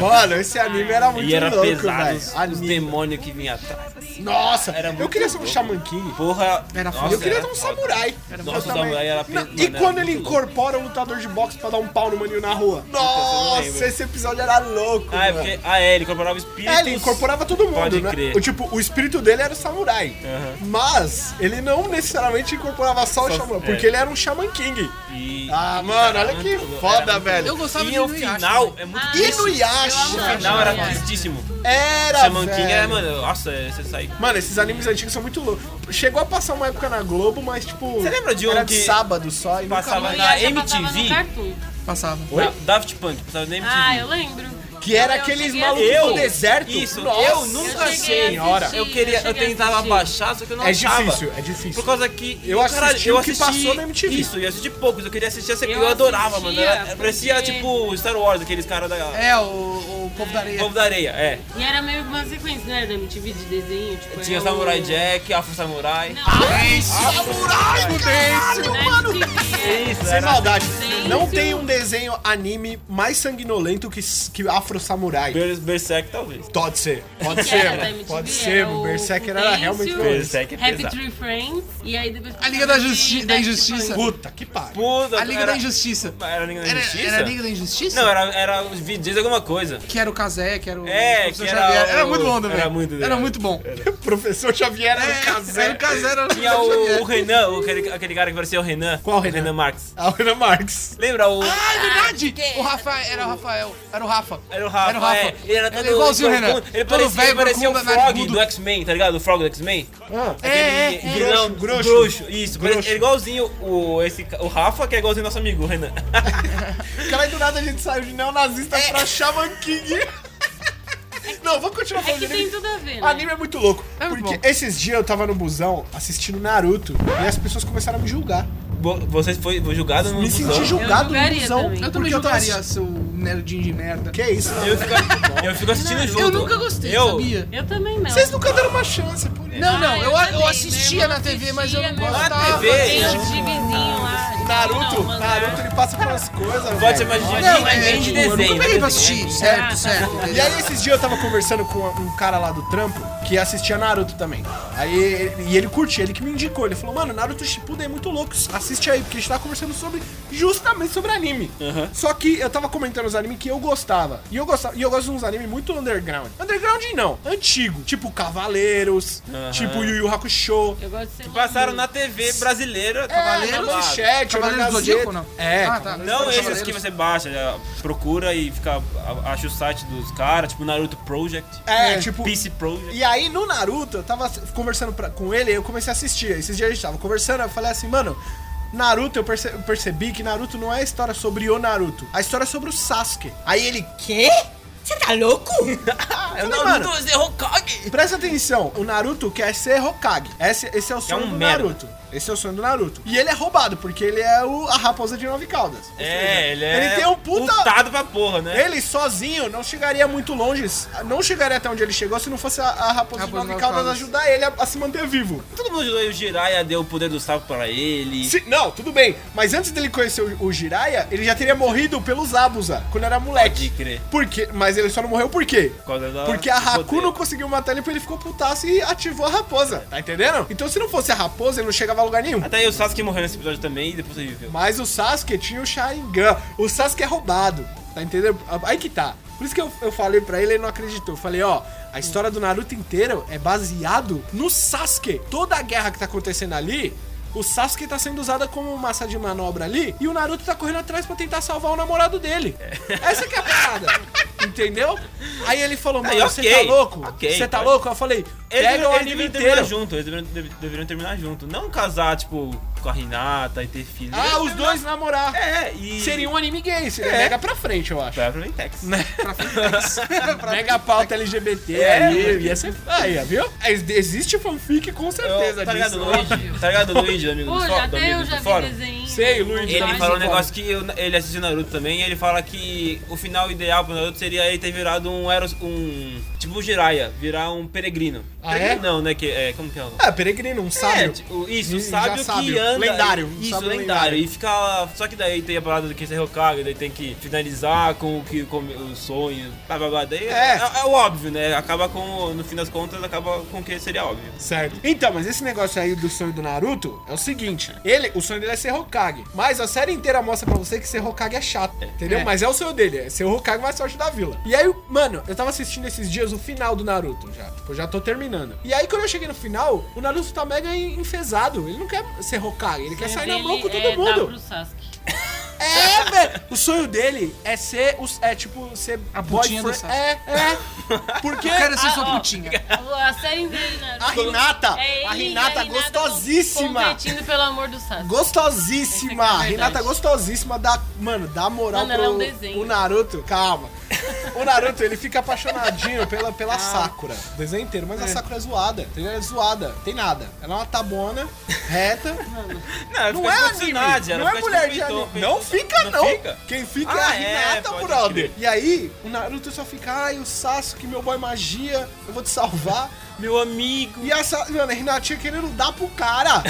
S1: Mano, esse anime era *laughs* muito
S2: E era
S1: louco,
S2: pesado os,
S1: velho.
S2: os
S1: Anime.
S2: demônios que vinham atrás.
S1: Nossa,
S2: Era
S1: eu
S2: muito
S1: queria ser um
S2: louco.
S1: Shaman King.
S2: Porra,
S3: Era
S2: nossa,
S3: foda.
S1: eu queria
S2: era
S1: ter um
S2: foda.
S1: samurai.
S2: Nossa,
S1: Eu
S2: o samurai era
S1: Não, E
S2: pe- mano,
S1: quando
S2: era
S1: ele
S2: muito louco.
S1: incorpora o lutador de boxe pra dar um pau no maninho na rua?
S2: eu
S1: Nossa,
S2: lembro.
S1: esse episódio era louco.
S2: Ah, é
S1: mano.
S2: porque. Ah, é, ele incorporava espíritos.
S1: É, ele incorporava todo mundo,
S2: Pode
S1: né?
S2: crer.
S1: O, tipo, o espírito dele era o samurai.
S2: Aham.
S1: Mas ele não necessariamente incorporava só, o
S2: Só-
S1: xamã,
S2: é.
S1: porque ele era um Shaman King.
S2: E-
S1: Ah, mano, olha que
S2: Era muito
S1: foda,
S2: louco.
S1: velho.
S3: Eu gostava
S2: E
S3: de
S2: o
S3: Inuyasha
S2: final
S3: também.
S2: é muito
S4: Ah,
S2: triste. O
S1: Inuyasha.
S4: eu amava
S2: final era tipo
S4: Inuyasha.
S2: tristíssimo.
S1: Era,
S2: Shaman King
S1: velho.
S2: era, mano. Nossa, você sai.
S1: Mano, esses animes antigos são muito loucos. Chegou a passar uma época na Globo, mas tipo.
S2: Você lembra de um
S1: Era de
S2: que
S1: sábado só e nunca
S2: passava
S1: mais.
S4: Eu
S2: na
S4: já passava no
S2: MTV.
S4: Cartoon.
S3: Passava.
S2: Da- Daft Punk, precisava nem
S4: Ah, eu lembro.
S1: Que era
S4: Eu
S1: aqueles
S4: cheguei a
S1: malucos
S4: assistir.
S1: do deserto.
S2: Isso,
S1: Nossa.
S2: eu nunca
S4: Eu cheguei a
S2: achei.
S1: Senhora.
S4: assistir,
S2: Eu queria, eu
S4: cheguei a
S2: tentava
S4: assistir.
S2: baixar, só que eu não
S1: É
S2: achava.
S1: difícil, é difícil.
S2: Por causa um que.
S1: Eu
S2: e, caralho,
S1: assisti o que passou na MTV.
S2: Isso, eu assisti poucos, eu queria assistir a sequência.
S4: Eu
S2: Eu, adorava,
S4: assistia,
S2: mano. Era, parecia
S4: porque-
S2: tipo Star Wars, aqueles caras da.
S3: É, o, o povo da areia.
S2: Povo da Areia, é.
S4: E era meio que uma sequência, não era da MTV de desenho? Tipo,
S2: Tinha
S4: era
S2: Samurai
S4: o-
S1: Ah,
S2: Jack, Afro Samurai.
S4: Não,
S3: Samurai,
S4: na MTV.
S2: É isso
S1: Sem
S2: era
S1: maldade.
S4: Silêncio.
S1: Não tem um desenho anime mais sanguinolento que, que Afro Samurai.
S2: Ber- Berserk, talvez.
S1: Pode ser, pode
S4: Que era
S1: ser,
S4: da
S1: mano.
S4: MTV,
S1: Pode ser,
S4: era
S1: mano.
S4: o
S1: Berserk era
S4: Tensil,
S1: realmente violento.
S2: Berserk é
S4: Happy
S2: pesado.
S4: Tree Friends. E aí depois.
S3: A Liga da Justi- da
S4: Death
S3: Injustiça.
S4: Punch.
S1: Puta que pariu.
S2: Puta,
S3: A Liga
S2: era-
S3: da Injustiça.
S2: Era a Liga da
S3: Era,
S2: Injustiça?
S3: era a Liga da Injustiça?
S2: Não, era, era os vídeos alguma coisa.
S3: Que era o Kazé, que era o.
S2: É,
S3: professor
S2: que era
S3: Xavier. Era
S2: o-
S3: muito bom também.
S2: era muito-
S3: Era muito bom.
S1: Professor Xavier era
S3: É,
S1: o Kazé.
S3: Era o Kazé, era o
S2: Tinha
S3: professor
S2: o,
S3: Xavier.
S2: o Renan, o- aquele, aquele cara que parecia o Renan.
S1: Qual
S2: o
S1: Renan?
S2: Renan Marx.
S1: A Ana Marx.
S2: Lembra o...
S3: Ah, é verdade! O Rafael, era o Rafael. Era o Rafa.
S2: Era o Rafa,
S3: Era o Rafa.
S2: é. Ele era todo
S3: igualzinho o Renan.
S2: Ele
S3: Todo
S2: parecia,
S3: velho,
S2: ele parecia o
S3: corcunda,
S2: Frog
S3: narigudo.
S2: do X-Men, tá ligado? O Frog do X-Men.
S1: Ah,
S3: É, é,
S2: Aquele
S3: é.
S2: vilão
S1: Grosso,
S2: grosso. Isso,
S1: grosso.
S2: ele é igualzinho o, esse, ca- o Rafa, que é igualzinho nosso amigo, o Renan. *laughs*
S1: Caralho, do nada a gente saiu de neonazista pra Shaman King. Não, vamos continuar
S4: É
S1: falando
S4: que
S1: de
S4: tem
S1: anime.
S4: tudo a ver,
S1: O
S4: né?
S1: anime é muito louco.
S3: É muito
S1: porque
S3: bom.
S1: esses dias eu tava no busão assistindo Naruto e as pessoas começaram a me julgar.
S2: Bo- Você foi foi julgado no
S1: Me
S2: busão?
S1: senti julgado no
S4: julgaria
S1: busão.
S4: também.
S3: Eu
S1: porque
S3: também
S1: tava
S3: jogaria seu nerdinho de merda.
S1: Que isso?
S2: Eu fico, eu fico assistindo junto.
S3: Eu nunca gostei,
S2: Eu-
S3: sabia?
S4: Eu também não.
S1: Vocês nunca deram uma chance por isso.
S3: Não, não,
S4: Ah,
S3: eu, eu
S4: também.
S3: assistia
S4: Meu
S3: na
S4: irmão
S3: TV, mas eu
S4: assistia,
S3: não
S4: meu irmão
S3: gostava.
S2: Na TV?
S4: Tem o Tibizinho lá.
S1: Naruto,
S4: Não, mangá.
S1: Naruto, ele passa por umas coisas,
S2: Pode ser
S1: velho.
S2: mais de
S3: Não,
S2: mas
S3: é,
S2: vem de
S3: tipo, eu
S2: desenho. né?
S3: nunca peguei pra assistir,
S4: Ah, tá.
S3: certo, certo.
S1: E aí esses dias eu tava conversando com um cara lá do trampo que assistia Naruto também. Aí ele- e ele curtia, ele que me indicou, ele falou: "Mano, Naruto Shippuden é muito louco, assiste aí, porque a gente tava conversando sobre justamente sobre anime". Só que eu tava comentando os animes que eu gostava. E eu gostava, e eu gosto de uns animes muito underground. Underground não, antigo, tipo Cavaleiros,
S2: Aham.
S1: tipo Yu Yu Hakusho.
S4: Eu gosto de ser
S2: Passaram
S4: louco.
S2: na TV brasileira.
S1: É,
S3: Cavaleiros?
S1: na
S2: dublado.
S1: manchete, ou na
S3: Cavaleiros do Zodíaco,
S1: Gazeta.
S3: não?
S1: É.
S3: Ah, tá.
S2: Não
S3: Cavaleiros.
S2: esses que você baixa, já procura e fica a- acha o site dos caras, tipo Naruto Project,
S1: É, tipo
S2: Peace Project.
S1: E aí, no Naruto, eu tava conversando pra- com ele, aí eu comecei a assistir. Esses dias a gente tava conversando, eu falei assim, mano. Naruto, eu perce- eu percebi que Naruto não é a história sobre o Naruto, a história é sobre o Sasuke. Aí ele,
S6: Quê? Você tá louco?
S2: *laughs*
S1: eu falei,
S2: Naruto
S1: mano,
S2: é Hokage.
S1: presta atenção, o Naruto quer ser Hokage. Esse, esse é o sonho
S2: um
S1: do
S2: merda.
S1: Naruto. Esse é o sonho do Naruto. E ele é roubado, porque ele é o- a raposa de nove caudas. Ou seja,
S2: É, ele é.
S1: Ele tem um puta...
S2: Putado pra porra, né?
S1: Ele sozinho não chegaria muito longe, não chegaria até onde ele chegou se não fosse a, a raposa, de
S3: Raposa
S1: nove
S3: de Nove
S1: caudas
S3: Caudas.
S1: ajudar ele a- a se manter vivo.
S2: Todo mundo ajudou e o Jiraiya, deu o poder do sapo pra ele.
S1: Se- não, tudo bem. Mas antes dele conhecer o, o Jiraiya, ele já teria morrido pelos Abusa, quando era moleque.
S2: Pode crer.
S1: Por quê? Mas ele só não morreu por quê?
S2: causa da-
S1: Porque a
S2: do poder.
S1: Haku não conseguiu matar ele porque ele ficou putaço e ativou a raposa. Tá entendendo? Então se não fosse a raposa, ele não chegava a lugar nenhum.
S2: Até aí o Sasuke morreu nesse episódio também e depois ele viveu.
S1: Mas o Sasuke tinha o Sharingan. O Sasuke é roubado. Tá entendendo? Aí que tá. Por isso que eu, eu falei pra ele, ele não acreditou. Eu falei, ó, a história do Naruto inteiro é baseado no Sasuke. Toda a guerra que tá acontecendo ali, o Sasuke tá sendo usada como massa de manobra ali e o Naruto tá correndo atrás pra tentar salvar o namorado dele. Essa que é a parada. Entendeu? Aí ele falou, mano,
S2: Aí,
S1: você
S2: ok,
S1: tá louco? Você
S2: ok,
S1: tá
S2: pode-
S1: louco? Eu falei,
S2: Eles,
S1: pega o anime
S2: eles deveriam terminar
S1: inteiro.
S2: junto, eles deveriam, deve- deveriam terminar junto. Não casar, tipo, com a Renata e ter filho.
S1: Ah,
S2: Deveriam
S1: os
S2: terminar-
S1: dois namorar.
S2: É, e.
S1: Seria um anime gay, seria
S2: É.
S1: mega pra frente, eu acho.
S2: Vai pro *laughs* Intex.
S1: Mega pauta LGBT
S2: É,
S1: aí,
S2: mano.
S1: ia ser aí, viu? Ex- Existe fanfic com certeza
S2: Eu- Tá ligado,
S1: disso.
S2: Luigi? Tá *laughs* ligado, Luigi, amigo do
S4: Pô,
S2: fó-
S4: já
S2: do
S4: até
S2: amigo
S4: eu
S2: do
S4: já vi
S2: fórum?
S4: desenho.
S1: Sei, Luiz,
S2: Ele
S1: Mas
S2: falou um
S1: de
S2: negócio que eu- ele assistiu Naruto também, e ele fala que o final ideal pro Naruto seria ele ter virado um Eros, um tipo o Jiraiya, virar um peregrino.
S1: Ah, é?
S2: Peregrino Não, né, que é, como que é? o nome?
S1: Ah, peregrino, um
S2: É,
S1: sábio.
S2: tipo, isso,
S1: Hum,
S2: um sábio
S1: já
S2: que
S1: sábio.
S2: anda.
S1: Lendário, um
S2: Isso,
S1: sábio
S2: lendário.
S1: lendário.
S2: E fica. Só que daí tem a parada do que ser Hokage, daí tem que finalizar com o que com o sonho, blá blá blá. Daí é.
S1: É.
S2: é o óbvio, né? Acaba com. No fim das contas, acaba com o que seria óbvio.
S1: Certo. Então, mas esse negócio aí do sonho do Naruto é o seguinte: ele, o sonho dele é ser Hokage. Mas a série inteira mostra pra você que ser Hokage é chato. Entendeu? Mas é o sonho dele, é ser o Hokage mais forte da vila. E aí, mano, eu tava assistindo esses dias o final do Naruto já. Tipo, eu já tô terminando. E aí, quando eu cheguei no final, o Naruto tá mega en- enfesado. Ele não quer ser Hokage, ele quer sair na mão com todo
S4: é,
S1: mundo.
S4: Dá pro Sasuke.
S1: É, velho. O sonho dele é ser, os, é tipo, ser a
S3: putinha do Sasuke.
S1: É, é. Porque
S3: Eu quero ser
S4: Ah,
S3: sua
S4: ó.
S3: putinha.
S4: A série inteira, né?
S1: a Renata,
S4: É ele
S1: a
S4: e
S1: Renata gostosíssima.
S4: Competindo pelo amor do Sasuke. Essa que é a
S1: Gostosíssima.
S4: verdade.
S1: Renata gostosíssima dá, mano, dá moral
S4: Mano,
S1: pro
S4: ela é um desenho.
S1: o Naruto. Calma. O Naruto, ele fica apaixonadinho pela, pela Sakura. O desenho inteiro, mas a Sakura Ah. é zoada. Entendeu? Ela é zoada. Tem nada. Ela é uma tabona, reta.
S2: ela
S1: Não
S2: fica
S1: é anime.
S2: personagem, ela
S1: Não é
S2: fica, tipo,
S1: mulher de
S2: peitou,
S1: anime.
S2: peitou.
S1: Não fica, não.
S2: fica?
S1: Quem fica
S2: Ah,
S1: é a
S2: é,
S1: Renata,
S2: pode
S1: brother.
S2: crer.
S1: E aí, o Naruto só fica, ai, o Sasuke, meu boy magia, eu vou te salvar.
S2: Meu amigo.
S1: E a Sa- mano, a Renatinha querendo dar pro cara.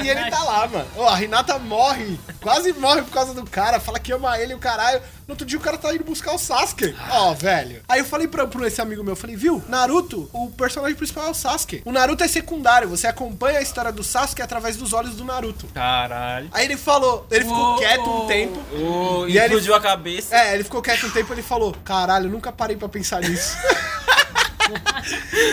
S1: E ele tá lá, mano. Ó, a Renata morre, quase morre por causa do cara, fala que ama ele, o caralho. No outro dia o cara tá indo buscar o Sasuke. Ó, velho. Aí eu falei pra, pra esse amigo meu, eu falei, viu, Naruto, o personagem principal é o Sasuke. O Naruto é secundário, você acompanha a história do Sasuke através dos olhos do Naruto.
S2: Caralho.
S1: Aí ele falou, ele ficou
S3: Uou.
S1: quieto um tempo.
S2: Oh,
S1: E aí ele-
S2: explodiu a cabeça.
S1: É, ele ficou quieto um tempo e ele falou: Caralho, nunca parei pra pensar nisso. *laughs*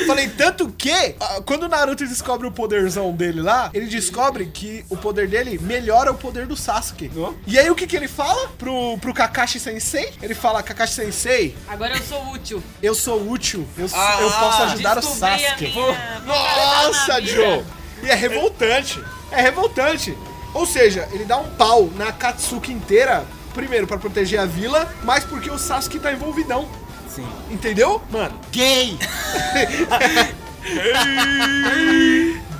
S1: Falei, tanto que, ah, quando o Naruto descobre o poderzão dele lá, ele descobre que o poder dele melhora o poder do Sasuke.
S2: Ó.
S1: E aí o que que ele fala pro, pro Kakashi Sensei? Ele fala, Kakashi Sensei,
S4: Agora eu sou útil.
S1: eu sou útil, eu, sou-
S2: Ah,
S1: eu posso ajudar o
S4: Descobri a
S1: Sasuke.
S4: minha
S1: Nossa,
S4: vitalidade na
S1: Joe!
S4: vida.
S1: E é revoltante. É revoltante. Ou seja, ele dá um pau na Katsuki inteira, primeiro pra proteger a vila, mas porque o Sasuke tá envolvidão.
S2: Sim.
S1: Entendeu? Mano, gay! *laughs*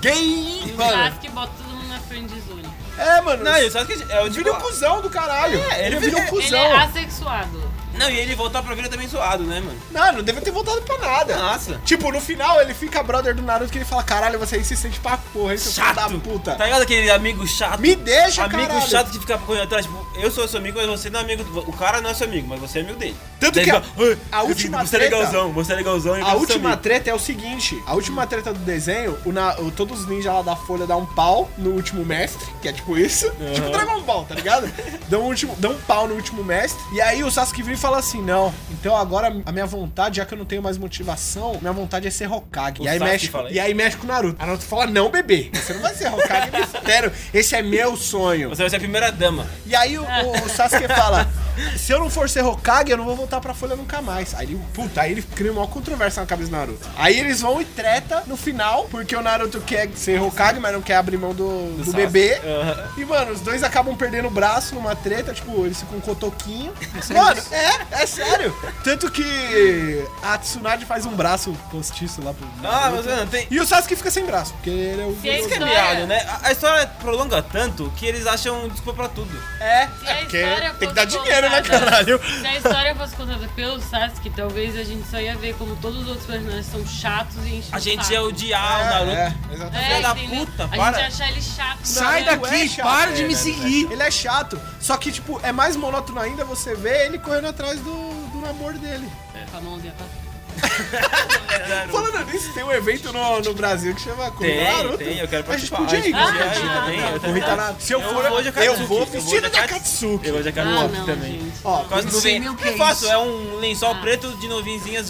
S1: gay!
S4: O
S1: Mano,
S4: Sasuke bota todo mundo na friend zone.
S1: é, mano.
S2: Não, ele só que é o
S1: ele
S2: tipo,
S1: vira um cuzão do caralho.
S2: É,
S1: ele
S2: ele
S1: vira um
S2: vira-
S4: Ele
S1: cuzão.
S4: é assexuado.
S2: Não, e ele voltar pra vila também zoado, né, mano?
S1: Não, não deve ter voltado pra nada.
S2: Nossa.
S1: Tipo, no final ele fica brother do Naruto que ele fala: caralho, você é insistente pra porra, hein, seu filho da puta.
S2: Tá ligado aquele amigo chato?
S1: Me deixa,
S2: Amigo
S1: caralho.
S2: chato que fica correndo atrás. Tipo, eu sou seu amigo, mas você não é amigo. O cara não é seu amigo, mas você é amigo dele.
S1: Tanto
S2: Daí
S1: que
S2: ele
S1: a-
S2: fala, "Ah,
S1: a última
S2: Você é
S1: treta-
S2: legalzão, você é legalzão. e você
S1: A
S2: é
S1: última
S2: amigo."
S1: treta é o seguinte: a última treta do desenho, o na- o- todos os ninjas lá da Folha dão um pau no último mestre, que é tipo isso, *laughs* tipo Dragon Ball, tá
S2: *laughs*
S1: ligado? dão, um último, dão um pau no último mestre, e aí o Sasuke vira e fala assim: não, então agora a minha vontade, já que eu não tenho mais motivação, minha vontade é ser Hokage.
S2: O
S1: E aí,
S2: Sasuke
S1: mexe,
S2: fala isso?
S1: e aí mexe com o Naruto. A Naruto fala: não, bebê, você não vai ser
S2: *laughs*
S1: Hokage, eu espero, esse é meu sonho.
S2: Você vai ser a primeira dama.
S1: E aí o, o- o Sasuke fala: Se eu não for ser Hokage, eu não vou voltar pra Folha nunca mais. Aí ele, puta, aí ele cria uma controvérsia na cabeça do Naruto. Aí eles vão e treta no final, porque o Naruto quer ser Hokage, mas não quer abrir mão do, do
S2: Sasuke.
S1: bebê.
S2: Aham.
S1: E, mano, os dois acabam perdendo o braço numa treta, tipo, eles ficam um
S2: *laughs*
S1: cotoquinho. Mano, é, é sério. Tanto que a Tsunade faz um braço postiço lá pro.
S2: Ah,
S1: Naruto.
S2: mas não tem.
S1: E o Sasuke fica sem braço, porque ele é o.
S4: Se
S2: Isso que é
S4: História.
S2: miado, né? A- A história prolonga tanto que eles acham desculpa pra tudo.
S1: É,
S4: Se a
S1: é porque
S4: história
S1: tem que
S4: fosse
S1: dar dinheiro, né,
S4: contada- É
S1: caralho?
S4: Se a história fosse contada pelo Sasuke, talvez a gente só ia ver como todos os outros personagens são chatos e enchem
S2: A
S4: o
S2: gente
S4: saco.
S2: ia odiar o Naruto.
S1: É, exatamente.
S2: Filha da
S4: entendeu?
S2: puta,
S4: a
S2: para.
S4: gente ia achar ele chato.
S1: Sai
S4: né?
S1: daqui,
S3: Ih,
S1: chato.
S3: para de me
S2: É,
S3: seguir.
S1: Ele é chato, só que, tipo, é mais monótono ainda você ver ele correndo atrás do, do namoro dele.
S4: Com a mãozinha pra
S1: é. Falando nisso, tem um evento no, no Brasil que chama Corrida
S2: Tem,
S1: Naruto.
S2: tem, eu quero
S1: A gente
S2: participar.
S1: podia ir,
S2: Ah,
S1: a gente
S4: podia
S1: podia
S4: ir
S1: ir.
S4: também, eu
S1: Corrida Naruto. Se eu
S2: Eu
S1: for,
S2: vou de Akatsuki,
S1: eu vou
S2: eu vou
S1: vestido
S2: de
S1: da
S2: Akatsuki.
S1: Katsuki.
S2: Eu vou de
S4: Ah,
S2: Akatsuki
S4: não,
S2: também.
S4: gente.
S1: Ó,
S2: Quase
S3: Não
S2: não
S3: sei
S2: vem.
S3: nem o que
S2: é
S3: é
S2: fácil,
S3: isso.
S2: é um lençol
S1: Ah.
S2: preto de novenzinhas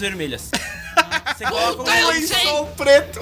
S1: *laughs*
S2: vermelhas. Você coloca
S1: um
S2: um lençol.
S1: lençol
S2: *laughs*
S1: preto.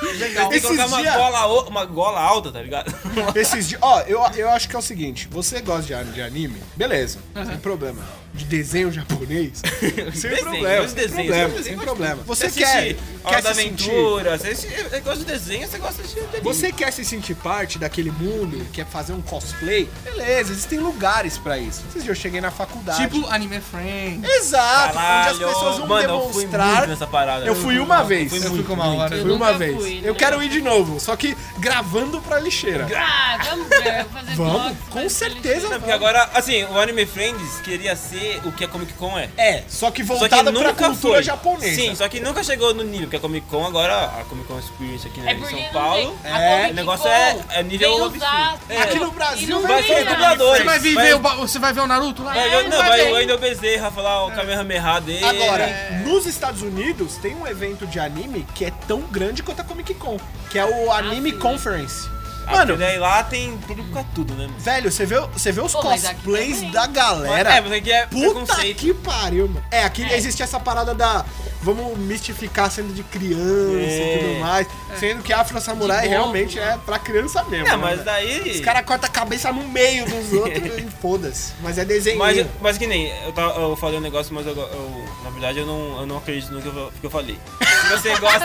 S2: Tem que
S1: Esses
S2: colocar uma
S1: dias-
S2: gola, al- uma gola alta, tá ligado?
S1: Esses dias. Ó, eu, eu acho que é o seguinte: você gosta de, an- de anime? Beleza, sem problema. De desenho
S2: *laughs*
S1: japonês? sem
S2: Desenho,
S1: problema.
S2: os
S1: Sem
S2: desenhos, os
S1: problema,
S2: desenhos
S1: sem
S2: eu
S1: problema.
S2: *laughs*
S1: Você
S2: assiste
S1: quer.
S2: Hora
S1: quer
S2: da
S1: se sentir-
S2: Aventura, você, assiste- você gosta de desenho, você gosta de... de
S1: Você quer se sentir parte daquele mundo, quer fazer um cosplay? Beleza, existem lugares pra isso. Esses dias eu cheguei na faculdade.
S3: Tipo Anime Friend.
S1: Exato,
S2: Caralho,
S1: é onde as pessoas vão
S2: mano, Eu fui
S1: demonstrar.
S2: muito nessa parada. né?
S1: Eu fui uma vez.
S2: fui
S1: Eu
S2: muito,
S3: fui com uma
S2: muito.
S3: hora.
S1: Fui
S4: Eu
S1: uma
S4: nunca
S1: vez.
S4: fui, né?
S1: Eu quero ir de novo, só que gravando pra lixeira.
S4: Ah, vamos ver, eu vou fazer
S1: Vamos,
S4: vlogs,
S1: com
S4: fazer
S1: certeza.
S4: feliz.
S2: Não, porque agora, assim, o Anime Friends queria ser o que a Comic Con é.
S1: É, só que
S2: Só que
S1: voltada pra
S2: nunca
S1: cultura
S2: foi.
S1: japonesa.
S2: Sim, só que nunca chegou no nível, porque a Comic Con agora, a Comic Con Experience aqui né,
S4: É
S2: em
S4: porque
S2: São
S4: não
S2: Paulo.
S4: tem. A
S1: é,
S4: Comic
S2: o negócio
S4: Con
S2: é- é nível
S4: vem
S2: absurdo.
S4: usar-
S2: É.
S1: Aqui no
S4: e
S1: Brasil
S4: não
S1: vai
S4: vem
S1: ser
S4: nada.
S2: dublador.
S3: Você vai vir
S2: Vai-
S3: ver o ba- Você vai ver o Naruto lá?
S2: Vai,
S4: É,
S2: eu- não,
S4: vai
S2: vai
S4: bem.
S2: o Wendel Bezerra falar o Kamehameha dele.
S1: Agora,
S2: é.
S1: nos Estados Unidos tem um evento de anime que é tão grande quanto a Comic Con, que é o Anime
S4: Ah, sim.
S1: Conference.
S2: Mano,
S1: Mano,
S2: daí lá tem público pra tudo, né? mano?
S1: velho, você vê, você vê os
S4: Pô, mas aqui
S1: cosplays
S4: também.
S1: da galera.
S2: É, mas aqui é
S1: Puta
S2: preconceito.
S1: que pariu, mano. É, aqui existe essa parada da. Vamos mistificar sendo de criança
S2: É.
S1: e tudo mais. Sendo que Afro Samurai
S4: De novo,
S1: realmente é pra criança mesmo.
S2: É,
S1: né,
S2: mas
S1: velho?
S2: daí.
S1: Os caras cortam a cabeça no meio
S2: *laughs*
S1: dos outros e foda-se. Mas é desenho.
S2: Mas, mas que nem, eu, tava, eu falei um negócio, mas eu, eu- na verdade eu não, eu não acredito no que eu, que eu falei. Se
S1: *laughs*
S2: você, gosta,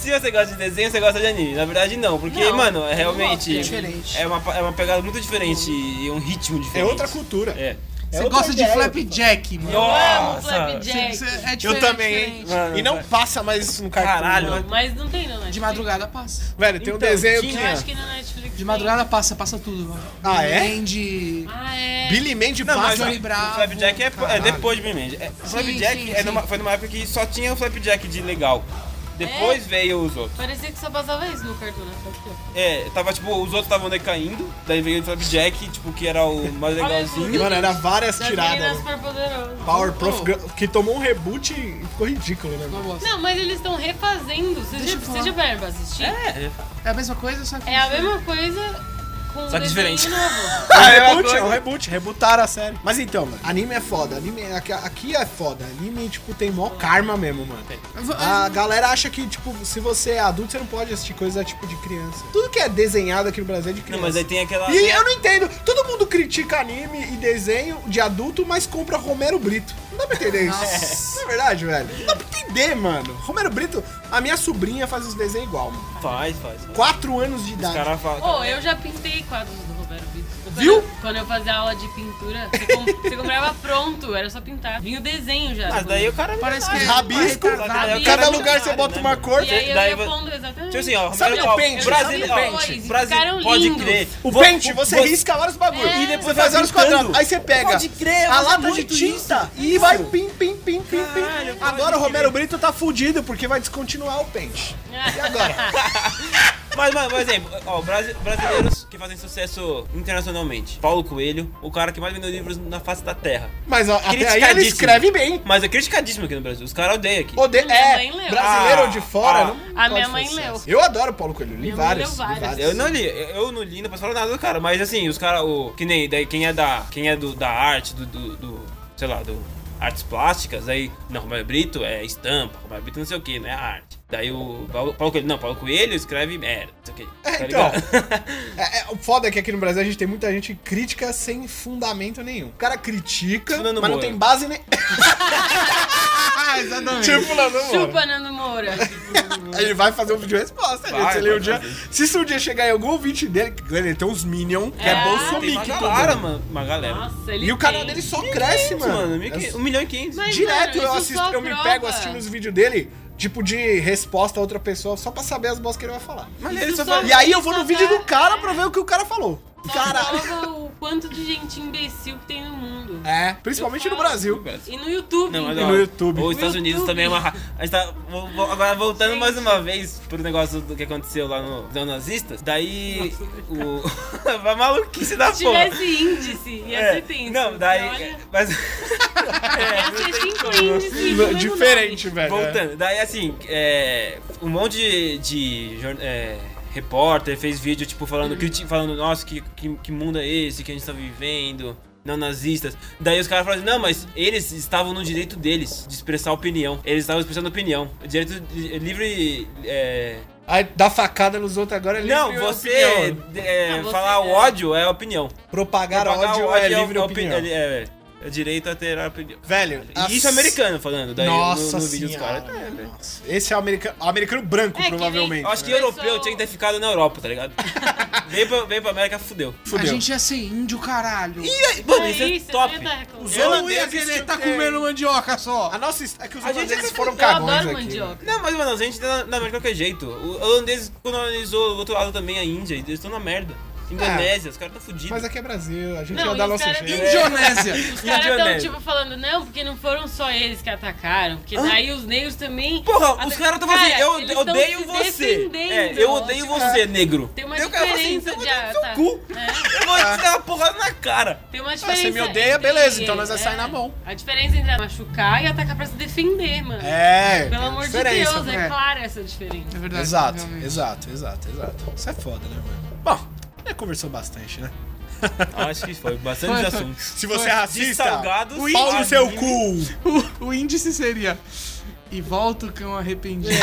S2: se você gosta de desenho, você gosta de anime. Na verdade não, porque,
S4: Não,
S2: mano, é
S4: eu
S2: realmente.
S4: gosto.
S3: Diferente.
S2: É uma, pa- é uma pegada muito diferente e um ritmo diferente.
S1: É outra cultura.
S2: É.
S1: É
S3: Você
S1: outra
S3: gosta de
S1: ideia.
S3: Flapjack, mano.
S4: Eu amo
S2: Nossa.
S4: Flapjack.
S3: Você- é
S1: Eu
S3: diferente,
S1: também, hein?
S3: diferente.
S2: Mano,
S1: e não passa mais isso no cartão.
S2: Caralho.
S1: mano.
S4: Mas não tem na Netflix.
S3: De madrugada passa.
S1: Velho, tem um
S2: Então,
S1: desenho
S2: tinha-
S4: Eu acho
S1: que.
S4: que na Netflix
S3: De madrugada passa, passa tudo, mano.
S1: Ah, é?
S3: Além de.
S4: tem. Ah, é.
S1: Billy Mandy
S2: Não, mas
S1: passa.
S2: o
S3: Johnny Bravo,
S2: o Flapjack é, é
S1: caralho.
S2: depois do Billy Mandy. É, o Flapjack
S3: sim,
S2: é
S3: sim.
S2: numa- foi numa época que só tinha o Flapjack de legal.
S4: É?
S2: Depois veio os outros.
S4: Parecia que só passava isso no cartoon, né? Só que-
S2: É, tava tipo, os outros estavam decaindo, daí veio o Flapjack, tipo, que era o mais
S4: Olha,
S2: legalzinho.
S4: eu
S1: Mano, era várias
S4: Das
S1: tiradas.
S4: meninas superpoderosas.
S1: né? Power Prof.
S3: Oh.
S1: Girl, que tomou um reboot e ficou ridículo, né?
S3: Uma *laughs*
S1: mano?
S3: bosta.
S4: Não, mas eles estão refazendo. Vocês
S3: Deixa
S4: já,
S3: eu
S4: vocês
S3: falar.
S4: já vieram pra assistir? É,
S2: É,
S3: É a mesma coisa, só que.
S4: a mesma coisa com
S2: Só que
S4: um
S2: diferente.
S4: desenho
S2: *laughs*
S4: novo.
S1: É um
S2: é uma
S1: reboot,
S2: coisa.
S1: é um reboot, rebutaram a série. Mas então, mano, anime é foda. Anime, aqui, aqui é foda. Anime, tipo, tem mó karma mesmo, mano. A galera acha que, tipo, se você é adulto, você não pode assistir coisa tipo de criança. Tudo que é desenhado aqui no Brasil é de
S2: Não,
S1: criança.
S2: né, mas aí tem aquela.
S1: E eu não entendo. Todo mundo critica anime e desenho de adulto, mas compra Romero Brito. Não dá pra entender isso. Não é verdade, velho? Não dá pra entender, mano. Romero Brito, a minha sobrinha faz os desenhos igual, mano.
S2: Faz, faz. faz.
S1: Quatro anos de
S2: Os
S1: idade.
S2: caras falam.
S4: Ô, eu já pintei quadros do Roberto Brito. Quando
S1: Viu?
S4: eu- Quando eu fazia aula de pintura, você, com- você comprava pronto, era só pintar. Vinha o desenho já.
S2: Mas daí o cara.
S3: Parece que-
S1: Rabisco,
S4: Cada
S1: cada
S4: É, tá, Rabisco,
S1: lugar você
S4: cara,
S1: bota uma cor.
S4: E aí eu
S2: Daí
S4: ia
S2: vo-
S4: pondo exatamente. Ah,
S2: Tipo assim, ó,
S1: Sabe o
S2: Romero, ó,
S1: pente?
S2: Brasil,
S4: Sabe o
S2: ó,
S4: pente?
S2: Brasil,
S4: Ficaram
S2: pode
S4: lindos.
S2: crer.
S1: O
S2: Vo-
S1: pente, você risca vários bagulhos.
S4: É.
S1: E depois faz vários quadrados. Aí você pega
S2: Pode
S1: a
S2: crer, você
S1: lata
S2: tá
S1: de
S2: muito
S1: tinta
S2: isso.
S1: e vai pim, pim, pim, pim,
S2: Caralho,
S1: pim.
S2: pode
S1: Agora o Romero
S2: crer.
S1: Brito tá fudido porque vai descontinuar o pente. E agora?
S2: Mas, mas, por exemplo, ó, brasi- brasileiros que fazem sucesso internacionalmente. Paulo Coelho, o cara que mais vendeu livros na face da terra.
S1: *laughs* Mas ó, até aí ele
S2: Criticadíssimo.
S1: escreve bem.
S2: Mas é criticadíssimo aqui no Brasil. Os caras odeiam aqui.
S1: Ode...
S4: Minha
S1: É,
S4: mãe leu.
S1: brasileiro
S2: Ah,
S1: de fora.
S2: ah.
S1: não
S4: A
S1: pode assim,
S4: minha
S1: fazer
S4: mãe
S1: sucesso.
S4: leu.
S1: Eu adoro Paulo Coelho, li
S4: Minha mãe
S1: vários.
S4: leu
S1: li
S4: vários.
S1: vários.
S2: Eu não li, eu não li, não posso falar nada do cara, mas assim, os caras, o. Que nem, daí quem é da. Quem é do, da arte, do, do, do- Sei lá, do. Artes plásticas, aí. Não, Romero Brito é estampa, Romero Brito não sei o que, não é arte. Daí o. Paulo, Paulo Coelho. Não, Paulo Coelho escreve merda, não sei o tá que.
S1: É, então. É, é, o foda é que aqui no Brasil a gente tem muita gente que critica sem fundamento nenhum. O cara critica,
S2: Fernando
S1: mas não
S2: Moura.
S1: tem base nem. *laughs*
S3: Ah, exatamente.
S1: tipo, não,
S4: Chupa, Nando Moura.
S1: Ele vai fazer um vídeo resposta,
S2: Vai,
S1: gente. Se, ele
S2: vai
S1: um dia, se isso um dia chegar em algum ouvinte dele, que mano, ele tem uns Minion, que é,
S2: *laughs*
S4: É,
S2: Tem uma
S1: Bolsonaro.
S2: galera, mano. Uma galera.
S4: Nossa, ele
S1: E o canal
S4: tem.
S1: dele só cresce, mano. É
S2: mano, mil e quinhentos- um milhão e quinhentos.
S4: Mas,
S1: Direto
S4: mano,
S1: eu
S4: isso
S1: assisto,
S4: só
S1: eu me
S4: prova.
S1: pego assistindo os vídeos dele, tipo de resposta a outra pessoa, só pra saber as boas que ele vai falar.
S2: Mas
S4: Isso
S2: ele só
S4: só-
S2: faz.
S1: E aí eu vou no
S4: Isso
S1: vídeo
S4: tá-
S1: do cara pra ver o que o cara falou.
S4: Só
S1: Cara,
S4: prova o quanto de gente imbecil que tem no mundo.
S1: é, principalmente no
S4: falo.
S1: Brasil.
S4: E no YouTube.
S2: Não, mas,
S1: E
S2: ó,
S1: no YouTube.
S2: Os Estados
S4: YouTube.
S2: Unidos também é uma. ra- A gente tá. vo- vo- Agora voltando mais uma vez pro negócio do que aconteceu lá no dos nazistas. Daí. *laughs* o. a maluquice da
S4: Se
S2: porra.
S4: tivesse índice, ia
S2: É,
S4: ser tenso.
S2: não, daí.
S4: Você olha, *laughs*
S2: Mas. *laughs*
S4: Ia
S2: É,
S4: ser cinco índices. no mesmo
S1: Diferente,
S4: nome.
S1: velho. é.
S2: voltando. Daí assim, é, um monte de. de jor- é, repórter fez vídeo, tipo,
S1: Uhum.
S2: falando, criti- falando, nossa, que, que, que mundo é esse que a gente tá vivendo? Não nazistas. Daí os caras falam assim, não, mas eles estavam no direito deles de expressar opinião. Eles estavam expressando opinião. O Direito de- livre. é,
S1: Aí dá facada nos outros agora é livre
S2: não, você
S1: opinião.
S2: é,
S4: Não, você-
S2: falar o ódio é opinião.
S1: Propagar, ódio, é livre
S2: op-
S1: opinião.
S2: é- é direito a ter a opinião.
S1: Velho,
S2: E isso é
S1: as-
S2: americano falando, daí
S1: Nossa
S2: no, no vídeo dos
S1: senhora,
S2: caras. É, velho.
S1: nossa. Esse é o americano, americano branco,
S4: É, que
S1: provavelmente.
S4: nem-
S2: Eu acho que
S4: Pessoal-
S2: europeu tinha que ter ficado na Europa, tá
S4: *laughs*
S2: ligado? veio, pra, veio pra América, fudeu.
S3: A
S1: Fudeu.
S3: gente ia ser índio, caralho.
S2: E aí, Mano,
S4: É
S2: isso é
S4: isso,
S2: top.
S4: eu ia dar reclamar.
S2: Os
S3: eu não
S2: holandeses
S3: ia querer
S2: tinham-
S4: é-
S3: tá comendo mandioca só.
S1: A nossa... É que os
S2: A gente
S1: holandeses
S2: é-
S1: foram
S4: Eu
S1: cagões
S4: adoro
S1: aqui.
S4: mandioca.
S2: Não, mas mano, a gente tá na, na América de qualquer jeito. O holandês colonizou o outro lado também, a Índia, e eles estão na merda. Indonésia, os caras tá fudidos.
S1: Mas aqui é Brasil, a gente
S4: Não,
S1: ia dar
S4: e os
S1: nosso
S3: É.
S4: caras-
S1: jeito.
S3: Indonésia.
S4: Os caras estão,
S2: Indianese.
S4: tipo, falando, não, porque não foram só eles que atacaram, porque daí os negros também...
S2: Porra,
S4: ata-
S2: os caras estavam assim,
S4: Cara,
S2: eu
S4: eles
S2: eu
S4: tão
S2: odeio
S4: se
S2: você. É,
S4: defendendo,
S2: eu
S4: ó,
S2: odeio
S4: tipo,
S2: você, negro.
S4: *laughs* Tem uma
S2: Daí o cara fala assim,
S4: diferença
S2: "Toma
S4: de...
S2: no seu
S4: ata-
S2: cu." Ah,
S4: É.
S2: Eu vou te dar uma porrada na cara.
S4: Tem uma
S1: você me
S4: diferença.
S1: odeia,
S4: entre- é.
S1: beleza, então nós vai sair na mão.
S4: A diferença entre machucar e atacar pra se defender, mano.
S1: É,
S4: Pelo
S1: tem
S4: amor de
S1: diferença,
S4: Deus, né?
S1: né?
S4: é clara essa diferença.
S3: É verdade.
S1: Exato,
S3: realmente.
S1: exato, exato, exato. Isso é foda, né, mano? Bom, já conversou bastante, né?
S2: Acho que foi bastante
S3: Foi,
S2: de
S3: foi.
S2: assuntos.
S1: Se
S3: você
S1: você
S3: é
S1: é
S2: racista,
S1: racista,
S2: salgados, o
S1: pau no seu
S2: anime.
S1: cu!
S3: O, o índice seria. E volta o cão arrependido.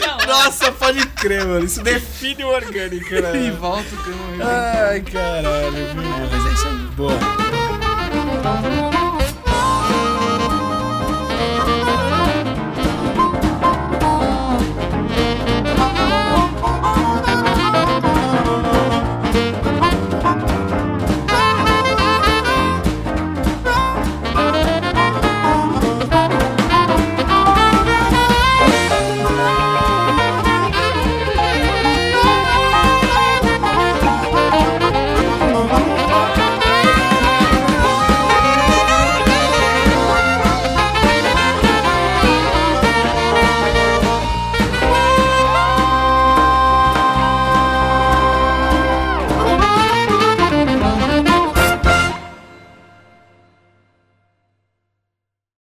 S4: Não,
S1: Nossa, pode crer, mano.
S4: *laughs*
S1: Isso define o orgânico,
S3: e
S1: né?
S3: volta o cão arrependido.
S1: Ai, caralho, velho.
S3: Mas é isso aí.
S1: Boa.
S7: Thank you.